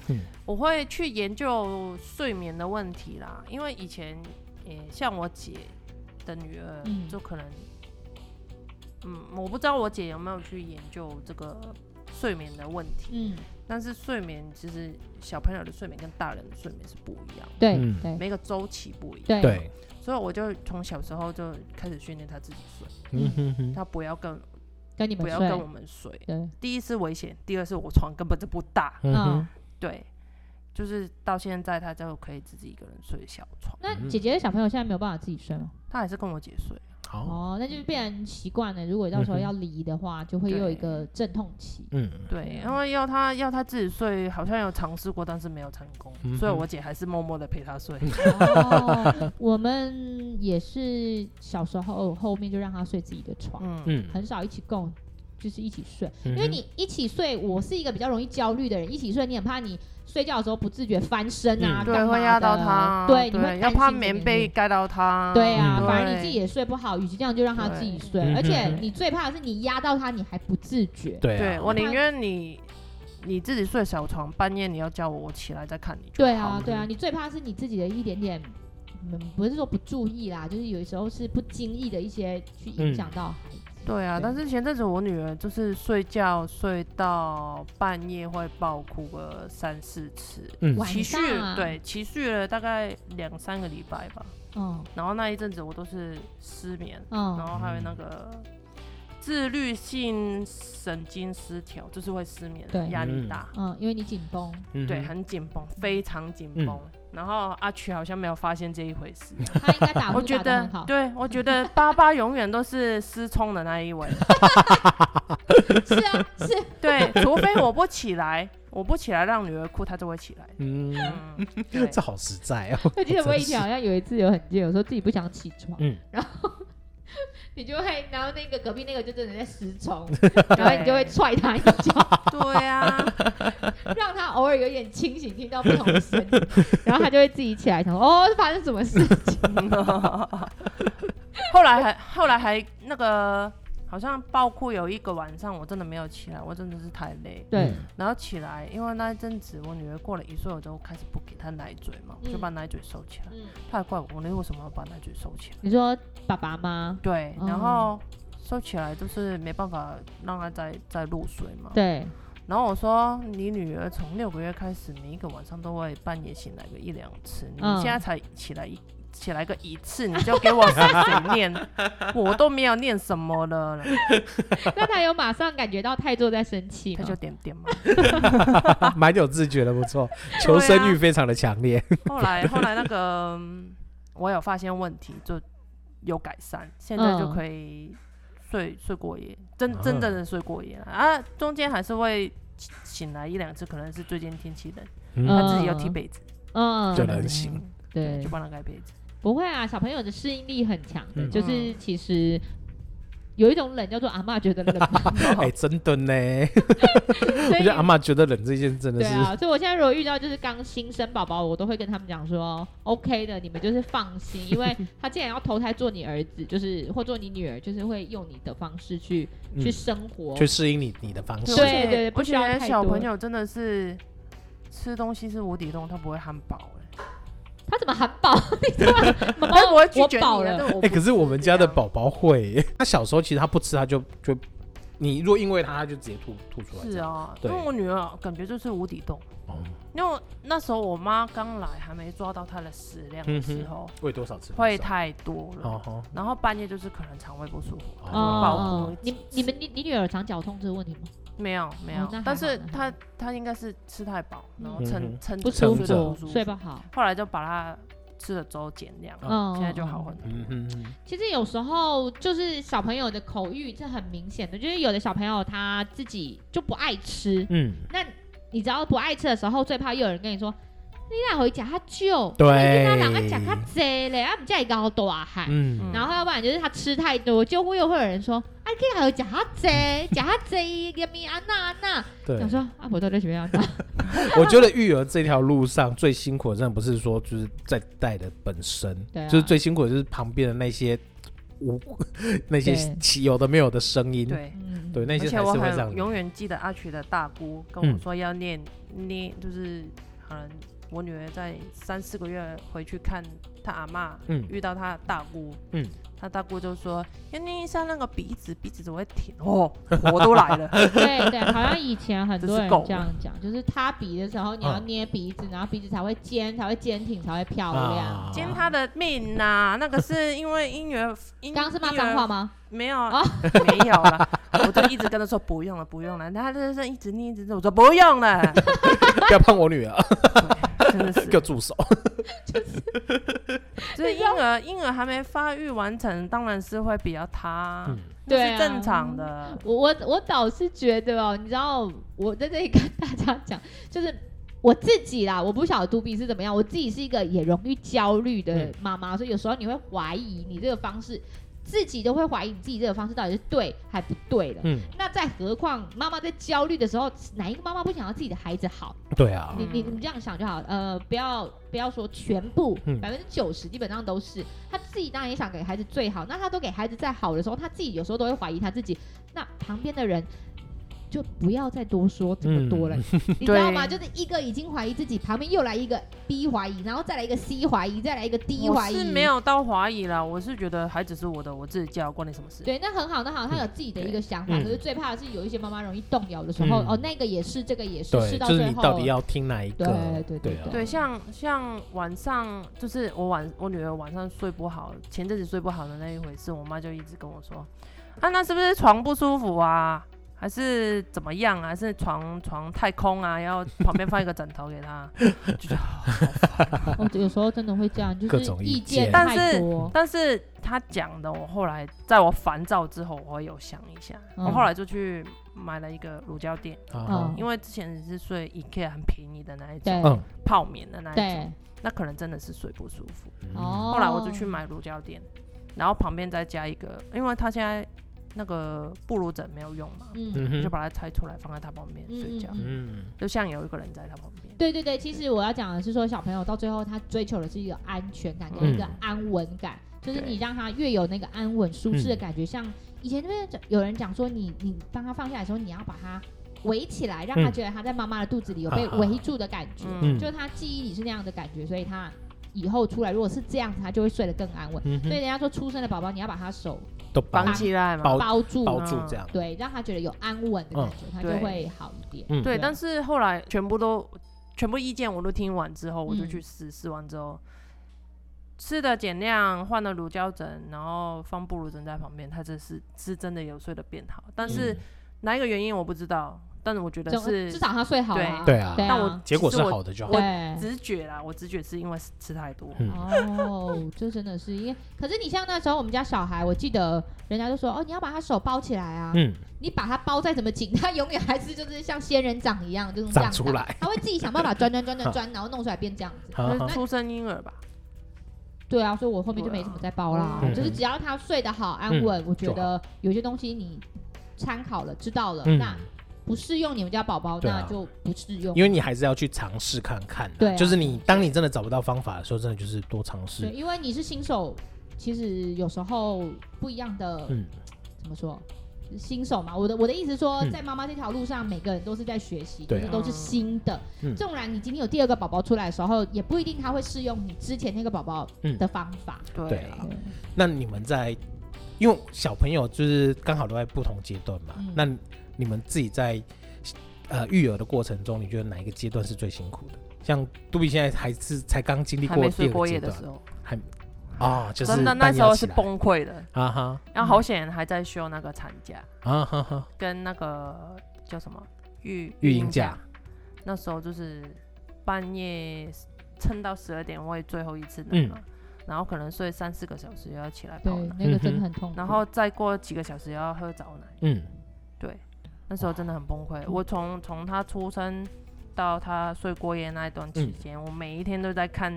[SPEAKER 3] 我会去研究睡眠的问题啦，因为以前，呃，像我姐的女儿，
[SPEAKER 1] 嗯
[SPEAKER 3] 就可能，嗯，我不知道我姐有没有去研究这个睡眠的问题，
[SPEAKER 1] 嗯，
[SPEAKER 3] 但是睡眠其实小朋友的睡眠跟大人的睡眠是不一样，
[SPEAKER 1] 对
[SPEAKER 2] 嗯
[SPEAKER 1] 对
[SPEAKER 3] 每个周期不一
[SPEAKER 1] 对，
[SPEAKER 3] 样，
[SPEAKER 2] 对，
[SPEAKER 3] 所以我就从小时候就开始训练她自己睡，
[SPEAKER 2] 嗯哼哼，
[SPEAKER 3] 她不要跟
[SPEAKER 1] 嗯跟你
[SPEAKER 3] 不
[SPEAKER 1] 们
[SPEAKER 3] 要跟
[SPEAKER 1] 睡
[SPEAKER 3] 我，们睡，
[SPEAKER 1] 对，
[SPEAKER 3] 第一是危险，第二是我床根本就不大，
[SPEAKER 2] 嗯哼
[SPEAKER 1] 嗯。
[SPEAKER 3] 对，就是到现在她就可以自己一个人睡小床。
[SPEAKER 1] 那
[SPEAKER 2] 嗯
[SPEAKER 1] 姐姐的小朋友现在没有办法自己睡吗？
[SPEAKER 3] 他还是跟我姐睡。
[SPEAKER 2] 好，
[SPEAKER 1] 哦，那就变成习惯了。如果到时候
[SPEAKER 2] 嗯哼
[SPEAKER 1] 要离的话，就会又有一个阵痛
[SPEAKER 3] [laughs]
[SPEAKER 1] 期。
[SPEAKER 2] 嗯
[SPEAKER 3] 对，因为要他要他自己睡，好像有尝试过，但是没有成功，
[SPEAKER 2] 嗯哼
[SPEAKER 3] 所以我姐还是默默的陪他
[SPEAKER 1] 嗯
[SPEAKER 3] 睡。
[SPEAKER 1] 哦，我们也是小时候后面就让他睡自己的床，
[SPEAKER 3] 嗯，
[SPEAKER 2] 嗯，
[SPEAKER 1] 很少一起共，就是一起睡。
[SPEAKER 2] 因
[SPEAKER 1] 因为你一起睡，我是一个比较容易焦虑的人，一起睡你很怕你睡觉的时候不自觉翻身啊，干
[SPEAKER 2] 嗯
[SPEAKER 3] 对，
[SPEAKER 1] 嘛
[SPEAKER 3] 会压到
[SPEAKER 1] 的
[SPEAKER 3] 他，
[SPEAKER 1] 对，你
[SPEAKER 3] 对，
[SPEAKER 1] 会
[SPEAKER 3] 要
[SPEAKER 1] 担
[SPEAKER 3] 怕
[SPEAKER 1] 心这
[SPEAKER 3] 棉
[SPEAKER 1] 件事。
[SPEAKER 3] 被盖到他。
[SPEAKER 1] 对啊，
[SPEAKER 2] 嗯
[SPEAKER 1] 反而你自己也睡不好，与其这样就让他自己睡
[SPEAKER 2] 对，
[SPEAKER 1] 而且
[SPEAKER 2] 嗯
[SPEAKER 1] 你最怕的是你压到他，你还不自觉。
[SPEAKER 2] 对
[SPEAKER 3] 对
[SPEAKER 2] 啊，
[SPEAKER 3] 我宁愿你你自己睡小床，半夜你要叫我，我起来再看你就
[SPEAKER 1] 对
[SPEAKER 3] 好
[SPEAKER 1] 啊
[SPEAKER 3] 了，
[SPEAKER 1] 对啊，你最怕是你自己的一点点，嗯，不是说不注意啦，就是有时候是不经意的一些去影响到孩子。
[SPEAKER 3] 对啊，
[SPEAKER 1] 对
[SPEAKER 3] 但是前阵子我女儿就是睡觉睡到半夜会爆哭个三四次，
[SPEAKER 2] 嗯
[SPEAKER 1] 晚
[SPEAKER 3] 持续
[SPEAKER 1] 上啊
[SPEAKER 3] 对持续了大概两三个礼拜吧。
[SPEAKER 1] 嗯
[SPEAKER 3] 然后那一阵子我都是失眠，然
[SPEAKER 1] 嗯
[SPEAKER 3] 后还有那个自律性神经失调，就是会失眠
[SPEAKER 1] 对，
[SPEAKER 3] 压力
[SPEAKER 2] 嗯
[SPEAKER 3] 大，
[SPEAKER 1] 嗯，因为你紧绷，
[SPEAKER 2] 嗯
[SPEAKER 3] 对，
[SPEAKER 2] 哼嗯
[SPEAKER 3] 很紧绷，非常紧绷。然后阿曲好像没有发现这一回事，
[SPEAKER 1] 他应该打
[SPEAKER 3] [laughs] 我
[SPEAKER 1] 呼
[SPEAKER 3] 觉
[SPEAKER 1] 啊打得
[SPEAKER 3] 得
[SPEAKER 1] 很好，，
[SPEAKER 3] 对我觉得爸爸永远都是失聪的那一
[SPEAKER 2] [laughs]
[SPEAKER 3] 位，
[SPEAKER 1] 是啊是啊。
[SPEAKER 3] 对，除非我不起来，我不起来让女儿哭，她就会起来。
[SPEAKER 2] 嗯，
[SPEAKER 3] 嗯，
[SPEAKER 2] [laughs]
[SPEAKER 3] 对
[SPEAKER 2] 这好实在哦，
[SPEAKER 1] 我记得我以前
[SPEAKER 2] 真
[SPEAKER 1] 好像有一次有很贱，有时候自己不想起床，
[SPEAKER 2] 嗯
[SPEAKER 1] 然后 [laughs] 你就会，然后那个隔壁那个就真的在失
[SPEAKER 2] [laughs]
[SPEAKER 1] 宠，然后你就会踹他一脚， [laughs]
[SPEAKER 3] 对啊，
[SPEAKER 1] 让他偶尔有点清醒，听到不同的声
[SPEAKER 2] [laughs]
[SPEAKER 1] 音，然后他就会自己起来想说，哦，发生什么事
[SPEAKER 2] [laughs]
[SPEAKER 1] 情？
[SPEAKER 3] [laughs] 后来还后来还那个。好像包括有一个晚上，我真的没有起来，我真的是太累。
[SPEAKER 1] 对，
[SPEAKER 3] 然后起来，因为那一阵子我女儿过了一岁，我就开始不给她奶嘴嘛，我就
[SPEAKER 1] 嗯
[SPEAKER 3] 把奶嘴收起来。
[SPEAKER 1] 嗯，
[SPEAKER 3] 她还怪我，你为什么要把奶嘴收起来？
[SPEAKER 1] 你说爸爸吗？
[SPEAKER 3] 对，
[SPEAKER 1] 哦
[SPEAKER 3] 然后收起来就是没办法让她再再入睡嘛。
[SPEAKER 1] 对，
[SPEAKER 3] 然后我说，你女儿从六个月开始，每一个晚上都会半夜醒来个一两次，你
[SPEAKER 1] 嗯
[SPEAKER 3] 现在才起来一起来个一次，你就给我碎
[SPEAKER 1] [laughs]
[SPEAKER 3] 碎念，我都没有念什么了，
[SPEAKER 1] 那他有马上感觉到泰座在生气
[SPEAKER 3] 他
[SPEAKER 1] 吗
[SPEAKER 3] 就？点点嘛。
[SPEAKER 2] 蛮有自觉的，不错，求
[SPEAKER 3] 对啊
[SPEAKER 2] 生欲非常的强烈。
[SPEAKER 3] 后来
[SPEAKER 1] [laughs]
[SPEAKER 3] 后来那个嗯我有发现问题，就有改善，现在就
[SPEAKER 1] 嗯
[SPEAKER 3] 可以睡、睡过夜，真
[SPEAKER 2] 啊
[SPEAKER 3] 真正的睡过夜了啊，中间还是会醒醒来一两次，可能是最近天气冷，
[SPEAKER 1] 嗯
[SPEAKER 3] 他自己要踢被子，
[SPEAKER 1] 嗯，
[SPEAKER 2] 就能行
[SPEAKER 1] 对
[SPEAKER 3] 就，帮他盖被子。
[SPEAKER 1] 不会啊，小朋友的适应力很强的，
[SPEAKER 2] 嗯
[SPEAKER 1] 就是其实有一种冷叫做阿嬷觉得冷
[SPEAKER 2] [laughs]
[SPEAKER 1] 嘛，
[SPEAKER 2] 哎、真的呢，
[SPEAKER 1] 所
[SPEAKER 2] 我觉
[SPEAKER 1] 以
[SPEAKER 2] 得阿嬷觉得冷这件真的
[SPEAKER 1] 对
[SPEAKER 2] 是，
[SPEAKER 1] 啊，所以我现在如果遇到就是刚新生宝宝，我都会跟他们讲说，OK 的，你们就是放心，
[SPEAKER 2] [laughs]
[SPEAKER 1] 因为他既然要投胎做你儿子，就是或做你女儿，就是会用你的方式去、
[SPEAKER 2] 嗯
[SPEAKER 1] 去生活，
[SPEAKER 2] 去适应你你的方式。
[SPEAKER 1] 对
[SPEAKER 3] 而且
[SPEAKER 1] 对不
[SPEAKER 3] 而
[SPEAKER 1] 需要
[SPEAKER 3] 且
[SPEAKER 1] 太
[SPEAKER 3] 小
[SPEAKER 1] 多
[SPEAKER 3] 朋友真的是吃东西是无底洞，他不会汉堡、
[SPEAKER 1] 哦
[SPEAKER 3] 欸，
[SPEAKER 1] 他怎么喊
[SPEAKER 2] [laughs]
[SPEAKER 1] 宝？你知道吗？妈妈
[SPEAKER 3] 他不会拒绝
[SPEAKER 1] 我饱
[SPEAKER 3] 你
[SPEAKER 1] 了，
[SPEAKER 3] 啊的。但我
[SPEAKER 2] 哎、
[SPEAKER 3] 不
[SPEAKER 2] 可是我们家的
[SPEAKER 3] 这样
[SPEAKER 2] 宝宝会耶，他小时候其实他不吃，他就就，你如果因为他，他就直接吐吐出来。
[SPEAKER 3] 是，啊，因
[SPEAKER 2] 对
[SPEAKER 3] 为我女儿感觉就是无底洞。
[SPEAKER 2] 哦，
[SPEAKER 3] 因为我那时候我妈刚来，还没抓到她的食量
[SPEAKER 2] 嗯
[SPEAKER 3] 的时候，
[SPEAKER 2] 喂多少吃？
[SPEAKER 3] 会。太多
[SPEAKER 2] 啊
[SPEAKER 3] 了。
[SPEAKER 2] 哦吼
[SPEAKER 3] 然后半夜就是可能肠胃不舒服，
[SPEAKER 2] 哦
[SPEAKER 3] 饱和
[SPEAKER 1] 嗯你你们你你女儿有肠绞痛这个问题吗？
[SPEAKER 3] 没有没有，
[SPEAKER 1] 哦那还好
[SPEAKER 3] 但是
[SPEAKER 1] 那还
[SPEAKER 3] 她她应该是吃太饱，然后
[SPEAKER 2] 嗯
[SPEAKER 3] 撑
[SPEAKER 2] 嗯
[SPEAKER 3] 撑
[SPEAKER 1] 不
[SPEAKER 3] 着
[SPEAKER 1] 舒服
[SPEAKER 2] 撑
[SPEAKER 3] 睡得
[SPEAKER 2] 着
[SPEAKER 3] 不舒，
[SPEAKER 1] 睡不好。
[SPEAKER 3] 后来就把她吃的粥减量，
[SPEAKER 1] 嗯，
[SPEAKER 3] 现在就好很多。
[SPEAKER 2] 嗯哼哼，
[SPEAKER 1] 其实有时候就是小朋友的口欲，这很明显的，就是有的小朋友他自己就不爱吃，
[SPEAKER 2] 嗯，
[SPEAKER 1] 那你只要不爱吃的时候，最怕又有人跟你说，你哪回讲他旧，
[SPEAKER 2] 对
[SPEAKER 1] 你哪人家讲他贼嘞，啊，我们家一个多海。
[SPEAKER 2] 嗯，
[SPEAKER 1] 然后要不然就是他吃太多，就会又会有人说，啊，你还有假他贼，假他贼，个咪安娜安娜。
[SPEAKER 2] 对
[SPEAKER 1] 啊想，说啊，我到底什么样子？
[SPEAKER 2] 我觉得育儿这条路上最辛苦的，真的不是说就是在带的本身，
[SPEAKER 1] 对啊
[SPEAKER 2] 就是最辛苦的就是旁边的那些无 [laughs] 那些
[SPEAKER 1] 对
[SPEAKER 2] 奇有的没有的声音，
[SPEAKER 3] 对，
[SPEAKER 1] 嗯，
[SPEAKER 2] 对，那
[SPEAKER 3] 而
[SPEAKER 2] 些
[SPEAKER 3] 且
[SPEAKER 2] 才
[SPEAKER 3] 我
[SPEAKER 2] 是会让
[SPEAKER 3] 很
[SPEAKER 2] 你
[SPEAKER 3] 永远记得阿曲的大姑跟
[SPEAKER 2] 嗯
[SPEAKER 3] 我说要念念，就是可能我女儿在三四个月回去看她阿妈，
[SPEAKER 2] 嗯
[SPEAKER 3] 遇到她大姑，
[SPEAKER 2] 嗯，
[SPEAKER 3] 她大姑就说要念一下那个鼻子，鼻子怎么会挺？哦，我都
[SPEAKER 2] [laughs]
[SPEAKER 3] 来了，
[SPEAKER 1] 对对，好像以前很多人
[SPEAKER 3] 这是狗
[SPEAKER 1] 这样讲，就是塌鼻的时候你
[SPEAKER 2] 啊
[SPEAKER 1] 要捏鼻子，然后鼻子才会尖，才会坚挺，才会漂亮。
[SPEAKER 2] 啊
[SPEAKER 3] 今天她的命呐、那个是因为婴儿，婴
[SPEAKER 1] 刚刚是骂
[SPEAKER 3] 婴儿
[SPEAKER 1] 脏话吗？
[SPEAKER 3] 没有，
[SPEAKER 1] 哦
[SPEAKER 3] 没有了， [laughs] 我就一直跟她说不用了，不用了，她就是一直念一直念，我说不用了，
[SPEAKER 2] 不要碰我女
[SPEAKER 1] [laughs]
[SPEAKER 2] 儿，
[SPEAKER 3] 真的是
[SPEAKER 2] 给。我住手。
[SPEAKER 3] [laughs] 就是婴儿婴儿还没发育完成，当然是会比较塌，
[SPEAKER 2] 嗯
[SPEAKER 3] 这
[SPEAKER 1] 对啊
[SPEAKER 3] 是正常的。
[SPEAKER 1] 我我我倒是觉得哦，你知道，我在这里跟大家讲，就是我自己啦，我不晓得杜比是怎么样，我自己是一个也容易焦虑的
[SPEAKER 2] 嗯
[SPEAKER 1] 妈妈，所以有时候你会怀疑你这个方式，自己都会怀疑你自己这个方式到底是对还不对的。
[SPEAKER 2] 嗯，
[SPEAKER 1] 那再何况妈妈在焦虑的时候，哪一个妈妈不想要自己的孩子好？
[SPEAKER 2] 对啊，
[SPEAKER 1] 你你你这样想就好，呃，不要不要说全部，
[SPEAKER 2] 嗯
[SPEAKER 1] 百分之九十基本上都是他自己，当然也想给孩子最好。那他都给孩子再好的时候，他自己有时候都会怀疑他自己。那旁边的人就不要再多说这么多了，
[SPEAKER 2] 嗯
[SPEAKER 1] 你知道吗？就
[SPEAKER 3] [laughs] 对
[SPEAKER 1] 是一个已经怀疑自己，旁边又来一个 B 怀疑，然后再来一个 C 怀疑，再来一个 D
[SPEAKER 3] 我
[SPEAKER 1] 怀疑，
[SPEAKER 3] 是没。有到怀疑啦，我是觉得孩子是我的，我自己教，关你什么事？
[SPEAKER 1] 对，那很好，那好，他有自己的一个想法，
[SPEAKER 2] 嗯
[SPEAKER 1] 可是最怕的是有一些妈妈容易动摇的时候，
[SPEAKER 2] 嗯
[SPEAKER 1] 哦，那个也是，这个也是，
[SPEAKER 2] 对，
[SPEAKER 1] 试到
[SPEAKER 2] 就是
[SPEAKER 1] 最
[SPEAKER 2] 你
[SPEAKER 1] 后，
[SPEAKER 2] 到底要听哪一个？
[SPEAKER 1] 对对对
[SPEAKER 2] 啊，
[SPEAKER 3] 对，像像晚上就是我晚我女儿晚上睡不好，前阵子睡不好的那一回事，我妈就一直跟我说，啊，那是不是床不舒服啊，还是怎么样啊？还是床床太空啊？要旁边放一个枕头给她，就觉得好烦
[SPEAKER 1] 哦，有时候真的会这样，就
[SPEAKER 2] 各
[SPEAKER 1] 是
[SPEAKER 2] 种
[SPEAKER 1] 意
[SPEAKER 2] 意
[SPEAKER 1] 见
[SPEAKER 2] 见
[SPEAKER 1] 太多，
[SPEAKER 3] 但是但是他讲的，我后来在我烦躁之后，我有想一下，
[SPEAKER 1] 嗯
[SPEAKER 3] 我后来就去买了一个乳胶垫，
[SPEAKER 2] 啊，
[SPEAKER 3] 因为之前是睡 IKEA 很便宜的那一
[SPEAKER 1] 对
[SPEAKER 3] 种
[SPEAKER 2] 嗯，
[SPEAKER 3] 泡棉的那一种，
[SPEAKER 1] 对，
[SPEAKER 3] 那可能真的是睡不舒服。
[SPEAKER 2] 嗯
[SPEAKER 1] 哦，
[SPEAKER 3] 后来我就去买乳胶垫，然后旁边再加一个，因为他现在那个布鲁枕没有用嘛，
[SPEAKER 1] 嗯，
[SPEAKER 2] 嗯
[SPEAKER 3] 我
[SPEAKER 2] 哼，
[SPEAKER 3] 就把它拆出来放在他旁边睡觉
[SPEAKER 1] 嗯，
[SPEAKER 2] 嗯，
[SPEAKER 3] 就像有一个人在他旁边。
[SPEAKER 1] 对对对，其实我要讲的是说，小朋友到最后他追求的是一个安全感跟
[SPEAKER 2] 嗯
[SPEAKER 1] 一个安稳感，就是
[SPEAKER 3] 对
[SPEAKER 1] 你让他越有那个安稳舒适的
[SPEAKER 2] 嗯
[SPEAKER 1] 感觉。像以前那边有人讲说你，你当他放下来的时候，你要把他围起来，让他
[SPEAKER 2] 嗯
[SPEAKER 1] 觉得他在妈妈的肚子里有
[SPEAKER 2] 啊
[SPEAKER 1] 被
[SPEAKER 2] 啊
[SPEAKER 1] 围住的感觉，
[SPEAKER 2] 嗯
[SPEAKER 1] 就是他记忆里是那样的感觉，所以他以后出来如果是这样子，他就会睡得更安稳。
[SPEAKER 2] 嗯
[SPEAKER 1] 所以
[SPEAKER 2] 哼，
[SPEAKER 1] 人家说，出生的宝宝你要把他手
[SPEAKER 2] 都绑
[SPEAKER 3] 绑起来嘛
[SPEAKER 2] 包，
[SPEAKER 1] 包住，
[SPEAKER 2] 包住这样，
[SPEAKER 1] 对，让他觉得有安稳的感觉，他就
[SPEAKER 3] 对
[SPEAKER 1] 会好一点。
[SPEAKER 2] 嗯
[SPEAKER 3] 对，
[SPEAKER 1] 对
[SPEAKER 3] 但是后来全部都全部意见我都听完之后，我就
[SPEAKER 1] 嗯
[SPEAKER 3] 去试，试完之后，吃的减量，换了乳胶枕，然后放布乳枕在旁边，他这是是真的有睡的变好，但是
[SPEAKER 2] 嗯
[SPEAKER 3] 哪一个原因我不知道，但是我觉得
[SPEAKER 1] 总
[SPEAKER 3] 是
[SPEAKER 1] 呃至少他睡好
[SPEAKER 3] 对
[SPEAKER 1] 啊。
[SPEAKER 2] 对啊
[SPEAKER 1] 对
[SPEAKER 3] 但我
[SPEAKER 1] 啊
[SPEAKER 2] 结果是
[SPEAKER 3] 其实我
[SPEAKER 2] 好的就好。
[SPEAKER 1] 对。啊
[SPEAKER 3] 直觉啦，我直觉是因为吃太多，
[SPEAKER 2] 嗯
[SPEAKER 1] 哦，这真的是因为，可是你像那时候我们家小孩，我记得人家就说，哦，你要把他手包起来啊，
[SPEAKER 2] 嗯，
[SPEAKER 1] 你把它包再怎么紧， [laughs] 它永远还是就是像仙人掌一样，就是这样
[SPEAKER 2] 长出，来。啊
[SPEAKER 1] 它会自己想办
[SPEAKER 2] [laughs]
[SPEAKER 1] 法钻钻钻钻钻，然后弄出来变这样子。
[SPEAKER 2] 哈
[SPEAKER 3] 就是
[SPEAKER 2] 哈
[SPEAKER 3] 出生婴儿吧，
[SPEAKER 1] 对啊，所以我后面就没怎么再包啦，
[SPEAKER 2] 对
[SPEAKER 3] 嗯
[SPEAKER 2] 啊
[SPEAKER 1] 就是只要他睡得好
[SPEAKER 2] 嗯
[SPEAKER 1] 安稳，我觉得有些东西你参考了知道了，
[SPEAKER 2] 嗯，
[SPEAKER 1] 那不适用你们家宝宝，
[SPEAKER 2] 对
[SPEAKER 1] 那
[SPEAKER 2] 啊
[SPEAKER 1] 就不适用。
[SPEAKER 2] 因为你还是要去尝试看看啊。
[SPEAKER 1] 对啊
[SPEAKER 2] 就是你当你真的找不到方法的时候，真的就是多尝
[SPEAKER 1] 对，
[SPEAKER 2] 试。
[SPEAKER 1] 因为你是新手，其实有时候不一样的、
[SPEAKER 2] 嗯，
[SPEAKER 1] 怎么说？新手嘛，我的我的意思说，
[SPEAKER 2] 嗯
[SPEAKER 1] 在妈妈这条路上，每个人都是在学习，
[SPEAKER 2] 对啊
[SPEAKER 1] 就是都是新的。
[SPEAKER 2] 嗯
[SPEAKER 1] 纵然你今天有第二个宝宝出来的时候，也不一定他会适用你之前那个宝宝
[SPEAKER 2] 嗯
[SPEAKER 1] 的方法。
[SPEAKER 2] 对
[SPEAKER 3] 对，
[SPEAKER 2] 啊。
[SPEAKER 1] 对
[SPEAKER 2] 那你们在，因为小朋友就是刚好都在不同阶段嘛，
[SPEAKER 1] 嗯
[SPEAKER 2] 那你们自己在呃育儿的过程中，你觉得哪一个阶段是最辛苦的？像杜比现在还是才刚经历
[SPEAKER 3] 还
[SPEAKER 2] 过
[SPEAKER 3] 没
[SPEAKER 2] 第
[SPEAKER 3] 睡
[SPEAKER 2] 二个
[SPEAKER 3] 过
[SPEAKER 2] 阶
[SPEAKER 3] 夜的
[SPEAKER 2] 段
[SPEAKER 3] 时候，
[SPEAKER 2] 啊、就是
[SPEAKER 3] 真的那
[SPEAKER 2] 半
[SPEAKER 3] 时
[SPEAKER 2] 夜要
[SPEAKER 3] 候
[SPEAKER 2] 起
[SPEAKER 3] 是
[SPEAKER 2] 来
[SPEAKER 3] 崩溃的，
[SPEAKER 2] 啊哈
[SPEAKER 3] 然后好险还在休那个产假
[SPEAKER 2] 啊哈哈，
[SPEAKER 3] 跟那个叫什么育
[SPEAKER 2] 育婴
[SPEAKER 3] 婴
[SPEAKER 2] 假，
[SPEAKER 3] 那时候就是半夜撑到十二点，我也最后一次奶嘛，然后可能睡三四个小时又要起来泡
[SPEAKER 1] 对
[SPEAKER 3] 奶，，
[SPEAKER 1] 那个真的很痛苦。
[SPEAKER 3] 然后再过几个小时又要喝早奶，
[SPEAKER 2] 嗯
[SPEAKER 3] 对，那时候真的很崩溃。我从从他出生到他睡过夜那一段期间，我每一天都在看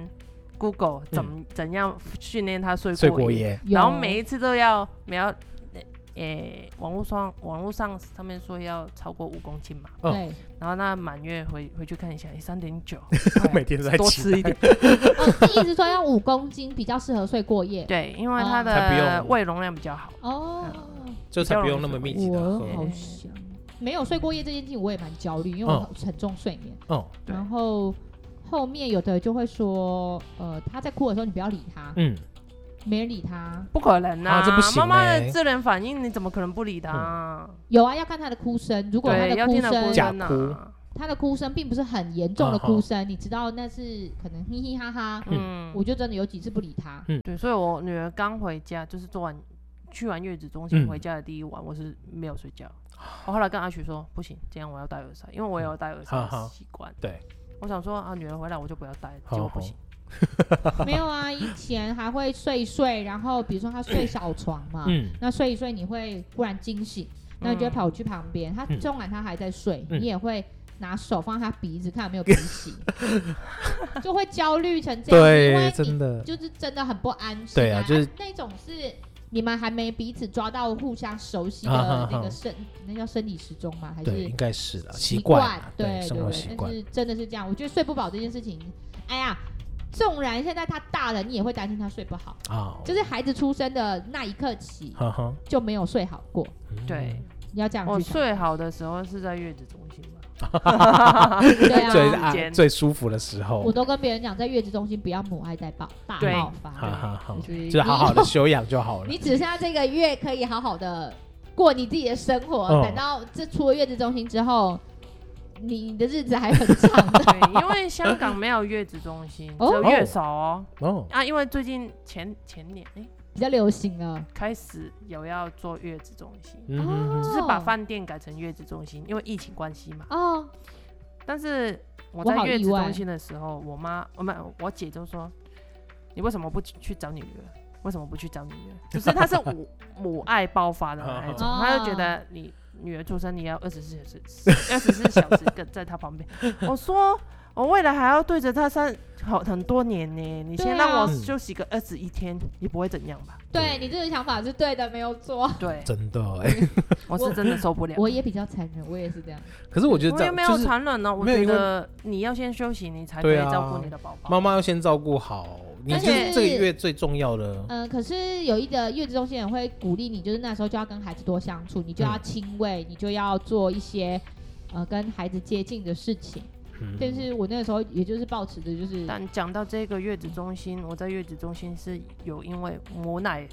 [SPEAKER 3] Google 怎么、怎样训练他嗯睡
[SPEAKER 2] 睡
[SPEAKER 3] 过
[SPEAKER 2] 过夜，
[SPEAKER 1] 有，
[SPEAKER 3] 然后每一次都要每要。诶、网络上网络上上面说要超过五公斤嘛，
[SPEAKER 2] 哦
[SPEAKER 1] 对，
[SPEAKER 3] 然后那满月回回去看一下，哎三点
[SPEAKER 2] [laughs]
[SPEAKER 3] 九，
[SPEAKER 2] 每天都在
[SPEAKER 3] 多
[SPEAKER 2] 起
[SPEAKER 3] 吃一
[SPEAKER 2] 来，
[SPEAKER 3] 点。
[SPEAKER 1] 哦，你意思说要五公斤比较适合睡过夜？
[SPEAKER 3] 对，因为
[SPEAKER 1] 哦
[SPEAKER 3] 它
[SPEAKER 2] 才不
[SPEAKER 3] 的
[SPEAKER 2] 用
[SPEAKER 3] 胃容量比较好。
[SPEAKER 1] 哦，
[SPEAKER 2] 就才不用那么密集的哦
[SPEAKER 1] 我
[SPEAKER 2] 喝。
[SPEAKER 1] 好想没有睡过夜这件事情，我也蛮焦虑，因为我
[SPEAKER 2] 嗯
[SPEAKER 1] 很重睡眠。
[SPEAKER 2] 哦，
[SPEAKER 3] 对
[SPEAKER 1] 然后后面有的就会说，呃，他在哭的时候你不要理他，
[SPEAKER 2] 嗯，
[SPEAKER 1] 没人理他。
[SPEAKER 3] 不可能呐、
[SPEAKER 2] 啊这不行
[SPEAKER 3] 妈妈
[SPEAKER 2] 欸嗯
[SPEAKER 3] 的自然反应，你怎么可能不理它、啊
[SPEAKER 1] 有啊，要看他的哭声，如果他
[SPEAKER 3] 对，
[SPEAKER 1] 的
[SPEAKER 3] 要
[SPEAKER 1] 哭
[SPEAKER 3] 听的
[SPEAKER 1] 声，
[SPEAKER 2] 假
[SPEAKER 3] 声啊呐、
[SPEAKER 2] 哭
[SPEAKER 1] 他的哭声并不是很严重的哭声，你知道那是可能嘻嘻哈哈，
[SPEAKER 3] 嗯，
[SPEAKER 1] 我就真的有几次不理他。
[SPEAKER 3] 对，所以我女儿刚回家，就是做完去完月子中心
[SPEAKER 2] 嗯
[SPEAKER 3] 回家的第一晚，我是没有睡觉。我后来跟阿许说，不行，今天我要戴耳塞，因为我也有戴耳塞
[SPEAKER 2] 嗯好好
[SPEAKER 3] 的习惯。
[SPEAKER 2] 对，
[SPEAKER 3] 我想说啊，女儿回来我就不要戴，
[SPEAKER 2] 好
[SPEAKER 3] 结果不
[SPEAKER 2] 好
[SPEAKER 3] 行。
[SPEAKER 1] 没有啊，以前还会睡一睡，然后比如说他睡小床嘛，
[SPEAKER 2] 嗯
[SPEAKER 1] 那睡一睡你会忽然惊醒，那你就会
[SPEAKER 3] 嗯
[SPEAKER 1] 跑去旁边，他
[SPEAKER 2] 嗯
[SPEAKER 1] 纵然他还在睡，
[SPEAKER 2] 嗯
[SPEAKER 1] 你也会拿手放在他鼻子看有没有鼻息，就会焦虑成这样，因
[SPEAKER 2] 对
[SPEAKER 1] 为，
[SPEAKER 2] 真的
[SPEAKER 1] 你，就是真的很不安心、
[SPEAKER 2] 对啊就是
[SPEAKER 1] 那种是。你们还没彼此抓到互相熟悉
[SPEAKER 2] 啊哈
[SPEAKER 1] 的那
[SPEAKER 2] 哈
[SPEAKER 1] 个生，那叫生理时钟吗？还
[SPEAKER 2] 对，
[SPEAKER 1] 是
[SPEAKER 2] 应该是了，习
[SPEAKER 1] 习
[SPEAKER 2] 惯
[SPEAKER 1] 惯
[SPEAKER 2] 啊，，
[SPEAKER 1] 对
[SPEAKER 2] 生
[SPEAKER 1] 对
[SPEAKER 2] 活
[SPEAKER 1] 对
[SPEAKER 2] 习
[SPEAKER 1] 但
[SPEAKER 2] 惯，
[SPEAKER 1] 是真的是这样，我觉得睡不饱这件事情，哎呀，纵然现在他大了，你也会担心他睡不好。
[SPEAKER 2] 啊，
[SPEAKER 1] 就是孩子出生的那一刻起
[SPEAKER 2] 哈哈，
[SPEAKER 1] 就没有睡好过，
[SPEAKER 2] 嗯
[SPEAKER 3] 对，
[SPEAKER 1] 你要这样
[SPEAKER 3] 我
[SPEAKER 1] 去想。
[SPEAKER 3] 最好的时候是在月子中心吧。
[SPEAKER 1] 对
[SPEAKER 2] [laughs] 最
[SPEAKER 1] 啊，
[SPEAKER 2] 啊
[SPEAKER 3] 间
[SPEAKER 2] 最舒服的时
[SPEAKER 1] 我
[SPEAKER 2] 候，
[SPEAKER 1] 都跟别人讲，在月子中心不要母爱再爆大
[SPEAKER 3] 对
[SPEAKER 1] 爆
[SPEAKER 2] 哈
[SPEAKER 1] 发，
[SPEAKER 2] 哈哈，
[SPEAKER 1] 就是
[SPEAKER 2] [laughs] 就是好好
[SPEAKER 1] 你
[SPEAKER 2] 的休养就好了
[SPEAKER 1] 你。只剩下这个月可以好好的过你自己的生活，
[SPEAKER 2] 嗯
[SPEAKER 1] 等到这出了月子中心之后，你的日子还很长
[SPEAKER 2] [laughs]
[SPEAKER 1] 的。 [laughs]
[SPEAKER 3] 对，因为香港没有月子中心，只
[SPEAKER 1] 哦
[SPEAKER 3] 有月嫂哦。
[SPEAKER 2] 哦，
[SPEAKER 3] 啊，因为最近前前年哎、
[SPEAKER 1] 比较流行了，
[SPEAKER 3] 开始有要做月子中心，
[SPEAKER 2] 嗯哼哼
[SPEAKER 3] 就是把
[SPEAKER 1] 哦
[SPEAKER 3] 饭店改成月子中心，因为疫情关系嘛。
[SPEAKER 1] 哦，
[SPEAKER 3] 但是我
[SPEAKER 1] 我
[SPEAKER 3] 在
[SPEAKER 1] 好
[SPEAKER 3] 月
[SPEAKER 1] 意
[SPEAKER 3] 子
[SPEAKER 1] 外
[SPEAKER 3] 中心的时候，我妈我们我姐就说：“你为什么不去去找你女儿？为什么不去找你女儿？”就是她是母母爱爆发的那一
[SPEAKER 2] [laughs]
[SPEAKER 3] 种，
[SPEAKER 1] 哦
[SPEAKER 3] 她就觉得你女儿出生你要二十四小时，二十四小时跟在她旁
[SPEAKER 1] [laughs]
[SPEAKER 3] 边。我说。我未来还要对着她三好很多年呢，你
[SPEAKER 1] 对
[SPEAKER 3] 先
[SPEAKER 1] 啊
[SPEAKER 3] 让我休息个二十一天，也不会怎样吧？
[SPEAKER 1] 对你这个想法是对的，没有错。
[SPEAKER 3] 对，
[SPEAKER 2] 真的哎，
[SPEAKER 3] 我是真的受不了。
[SPEAKER 1] 我也比较残忍，我也是这样。
[SPEAKER 2] 可是我觉得
[SPEAKER 3] 我
[SPEAKER 2] 这
[SPEAKER 3] 也
[SPEAKER 2] 样
[SPEAKER 3] 没有
[SPEAKER 2] 就是
[SPEAKER 3] 残忍呢，我
[SPEAKER 2] 没有
[SPEAKER 3] 觉
[SPEAKER 2] 因为
[SPEAKER 3] 得你要先休息，你才可
[SPEAKER 2] 对
[SPEAKER 3] 以
[SPEAKER 2] 啊
[SPEAKER 3] 照顾你的宝宝。
[SPEAKER 2] 妈妈要先照顾好，你
[SPEAKER 1] 而
[SPEAKER 2] 就
[SPEAKER 1] 且
[SPEAKER 2] 是这个月最重要的，
[SPEAKER 3] 呃
[SPEAKER 1] 嗯，可是有一个月子中心也会鼓励你，就是那时候就要跟孩子多相处，你就要
[SPEAKER 2] 嗯
[SPEAKER 1] 亲喂，你就要做一些呃跟孩子接近的事情。
[SPEAKER 2] 嗯
[SPEAKER 1] 但是我那个时候也就是抱持的就是，
[SPEAKER 3] 但讲到这个月子中心，我在月子中心是有因为母奶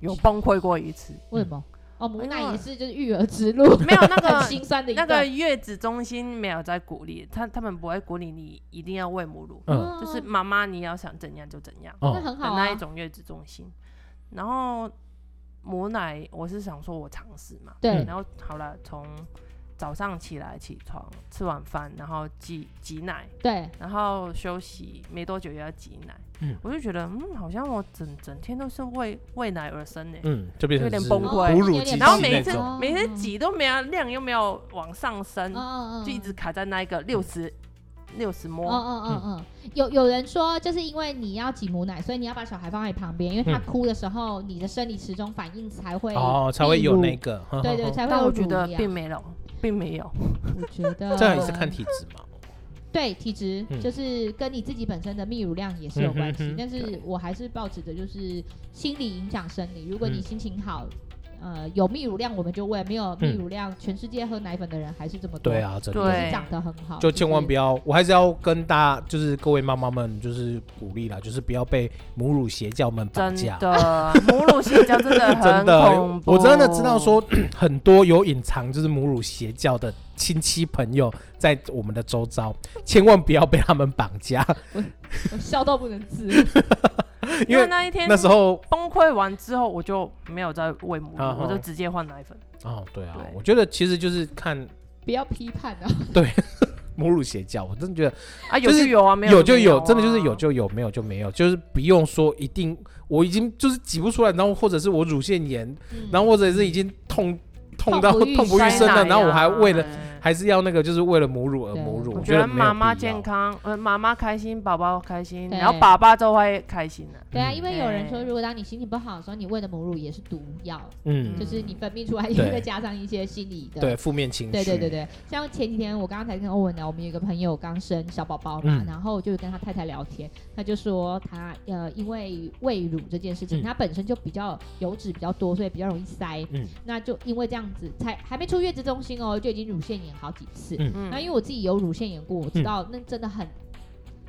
[SPEAKER 3] 有崩溃过一次，
[SPEAKER 1] [laughs] 为什么？哦，母奶
[SPEAKER 3] 哎呦
[SPEAKER 1] 也是就是育儿之路，
[SPEAKER 3] 没有那
[SPEAKER 1] 很
[SPEAKER 3] 个
[SPEAKER 1] 心酸的一
[SPEAKER 3] 那
[SPEAKER 1] 段
[SPEAKER 3] 个月子中心没有在鼓励他，他们不会鼓励你一定要喂母乳，
[SPEAKER 2] 嗯，
[SPEAKER 3] 就是妈妈你要想怎样就怎样
[SPEAKER 1] 那
[SPEAKER 2] 哦，
[SPEAKER 1] 很
[SPEAKER 3] 的
[SPEAKER 1] 好
[SPEAKER 3] 那一
[SPEAKER 1] 啊，
[SPEAKER 3] 种月子中心。然后母奶，我是想说我尝试嘛，
[SPEAKER 1] 对
[SPEAKER 2] 嗯，
[SPEAKER 3] 然后好了，从早上起来起床，吃完饭，然后挤挤奶，
[SPEAKER 1] 对，
[SPEAKER 3] 然后休息没多久又要挤奶，
[SPEAKER 2] 嗯
[SPEAKER 3] 我就觉得嗯，好像我整整天都是为喂奶而生呢、
[SPEAKER 2] 嗯，就变成
[SPEAKER 3] 有点
[SPEAKER 2] 是
[SPEAKER 3] 崩溃
[SPEAKER 2] 哺乳
[SPEAKER 1] 哦
[SPEAKER 2] 机器
[SPEAKER 3] 然后每
[SPEAKER 2] 那
[SPEAKER 3] 次
[SPEAKER 2] 种，
[SPEAKER 3] 每天挤都没有量，又没有往上升，
[SPEAKER 1] 嗯
[SPEAKER 3] 就一直卡在那
[SPEAKER 2] 嗯
[SPEAKER 3] 一个六十六十
[SPEAKER 1] 嗯
[SPEAKER 3] 摸，
[SPEAKER 1] 嗯嗯嗯，有有人说，就是因为你要挤母奶，所以你要把小孩放在你旁边，因为他
[SPEAKER 2] 嗯
[SPEAKER 1] 哭的时候，你的生理时钟反应才会
[SPEAKER 2] 哦，才会有
[SPEAKER 1] 泌乳
[SPEAKER 2] 那个，呵呵 [laughs]
[SPEAKER 1] 对对，
[SPEAKER 3] [laughs]
[SPEAKER 2] 呵
[SPEAKER 1] 才会
[SPEAKER 3] 但
[SPEAKER 1] 有
[SPEAKER 3] 我觉
[SPEAKER 1] 乳啊
[SPEAKER 3] 得
[SPEAKER 1] 牙
[SPEAKER 3] 并没有，并没有。
[SPEAKER 1] 我觉得
[SPEAKER 2] 这样也是看体质嘛。
[SPEAKER 1] 对体质，
[SPEAKER 2] 嗯
[SPEAKER 1] 就是跟你自己本身的泌乳量也是有关系。
[SPEAKER 2] 嗯哼哼
[SPEAKER 1] 但是我还是抱持着就是心理影响生理。如果你
[SPEAKER 2] 嗯
[SPEAKER 1] 心情好，呃，有泌乳量我们就喂，没有泌乳量，全世界喝奶粉的人还是这么多，
[SPEAKER 2] 对，啊，真
[SPEAKER 1] 就
[SPEAKER 2] 的
[SPEAKER 3] 对。
[SPEAKER 1] 是长得很好，
[SPEAKER 2] 就千万不
[SPEAKER 1] 要。
[SPEAKER 2] 要，我还是要跟大家，就是各位妈妈们，就是鼓励啦，就是不要被母乳邪教们绑
[SPEAKER 3] 真
[SPEAKER 2] 架。
[SPEAKER 3] 的， [laughs] 母乳邪教真的
[SPEAKER 2] [laughs] 真
[SPEAKER 3] 很恐
[SPEAKER 2] 的，
[SPEAKER 3] 怖。
[SPEAKER 2] 我真的知道说 [clears throat] 很多有隐藏就是母乳邪教的亲戚朋友在我们的周遭，千万不要被他们绑架，
[SPEAKER 1] 我 [laughs] 笑到不能
[SPEAKER 2] [laughs]
[SPEAKER 1] 自已。
[SPEAKER 2] 因
[SPEAKER 3] 因为
[SPEAKER 2] 为
[SPEAKER 3] 那一天
[SPEAKER 2] 那时候
[SPEAKER 3] 崩溃完之后，我就没有再喂母乳
[SPEAKER 2] 啊，哈
[SPEAKER 3] 我就直接换奶粉。
[SPEAKER 2] 哦，对啊
[SPEAKER 3] 对，
[SPEAKER 2] 我觉得其实就是看
[SPEAKER 1] 不要批判啊！
[SPEAKER 2] 母乳邪教，我真的觉得
[SPEAKER 3] 啊，有
[SPEAKER 2] 就是
[SPEAKER 3] 就有啊，没有
[SPEAKER 2] 有就
[SPEAKER 3] 没有
[SPEAKER 2] 有，
[SPEAKER 3] 啊
[SPEAKER 2] 真的就是有就有，没有就没有，就是不用说一定，我已经就是挤不出来，然后或者是我乳腺炎，
[SPEAKER 1] 嗯
[SPEAKER 2] 然后或者是已经痛痛到
[SPEAKER 1] 痛不欲
[SPEAKER 2] 痛不欲生
[SPEAKER 3] 塞奶
[SPEAKER 2] 了，
[SPEAKER 3] 啊
[SPEAKER 2] 然后我还为了。
[SPEAKER 3] 哎
[SPEAKER 2] 还是要那个，就是为了母乳而
[SPEAKER 1] 对
[SPEAKER 2] 母乳。
[SPEAKER 1] 我
[SPEAKER 2] 我
[SPEAKER 3] 觉得
[SPEAKER 2] 没有
[SPEAKER 3] 妈妈
[SPEAKER 2] 必要
[SPEAKER 3] 健，康，呃，妈妈开心，宝宝开心，
[SPEAKER 1] 对
[SPEAKER 3] 然后爸爸就会开心了。
[SPEAKER 1] 对啊，
[SPEAKER 2] 嗯
[SPEAKER 1] 因为有人说，
[SPEAKER 3] 哎
[SPEAKER 1] 如果当你心情不好的时候，你喂的母乳也是毒药，
[SPEAKER 2] 嗯
[SPEAKER 1] 就是你分泌出来，也
[SPEAKER 2] 对
[SPEAKER 1] 会加上一些心理的
[SPEAKER 2] 对负面情绪，
[SPEAKER 1] 对对对对，像前几天我刚刚才跟欧文聊，我们有一个朋友刚生小宝宝嘛，
[SPEAKER 2] 嗯
[SPEAKER 1] 然后就跟他太太聊天，他就说他呃因为喂乳这件事情，
[SPEAKER 2] 嗯
[SPEAKER 1] 他本身就比较油脂比较多，所以比较容易塞，
[SPEAKER 2] 嗯
[SPEAKER 1] 那就因为这样子才还没出月子中心哦，就已经乳腺炎好几次。
[SPEAKER 2] 嗯
[SPEAKER 3] 嗯
[SPEAKER 1] 那因为我自己有乳腺炎过，我知道那真的很、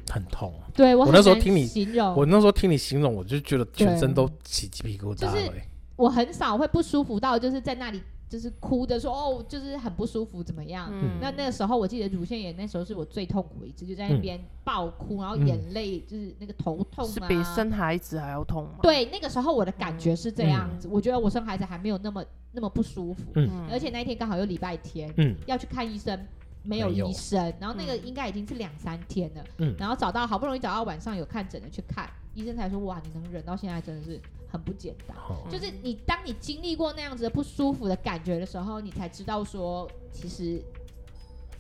[SPEAKER 2] 很痛。
[SPEAKER 1] 对我
[SPEAKER 2] 我
[SPEAKER 1] 很
[SPEAKER 2] 那时候
[SPEAKER 1] 难
[SPEAKER 2] 听你
[SPEAKER 1] 形容，
[SPEAKER 2] 我那时候听你形容，我就觉得全身
[SPEAKER 1] 哦对
[SPEAKER 2] 都起鸡皮疙瘩
[SPEAKER 1] 就是
[SPEAKER 2] 了欸
[SPEAKER 1] 我很少会不舒服到就是在那里就是哭的说哦，就是很不舒服怎么样，
[SPEAKER 2] 嗯
[SPEAKER 1] 啊那那个时候，我记得乳腺炎那时候是我最痛苦的一次，就在那边爆哭，然后眼泪就是那个头痛
[SPEAKER 3] 是
[SPEAKER 1] 啊。
[SPEAKER 3] 比生孩子还要痛吗？
[SPEAKER 1] 对，那个时候我的感觉是这样子，我觉得我生孩子还没有那么那么不舒服，
[SPEAKER 2] 嗯
[SPEAKER 3] 嗯，
[SPEAKER 1] 而且那一天刚好又礼拜天，
[SPEAKER 2] 嗯
[SPEAKER 1] 要去看医生。没有
[SPEAKER 2] 没有
[SPEAKER 1] 医生，然后那个
[SPEAKER 3] 嗯
[SPEAKER 1] 应该已经是两三天了，
[SPEAKER 2] 嗯
[SPEAKER 1] 然后找到好不容易找到晚上有看诊的去看，医生才说哇，你能忍到现在真的是很不简单。
[SPEAKER 2] 好
[SPEAKER 1] 就是你当你经历过那样子的不舒服的感觉的时候，你才知道说，其实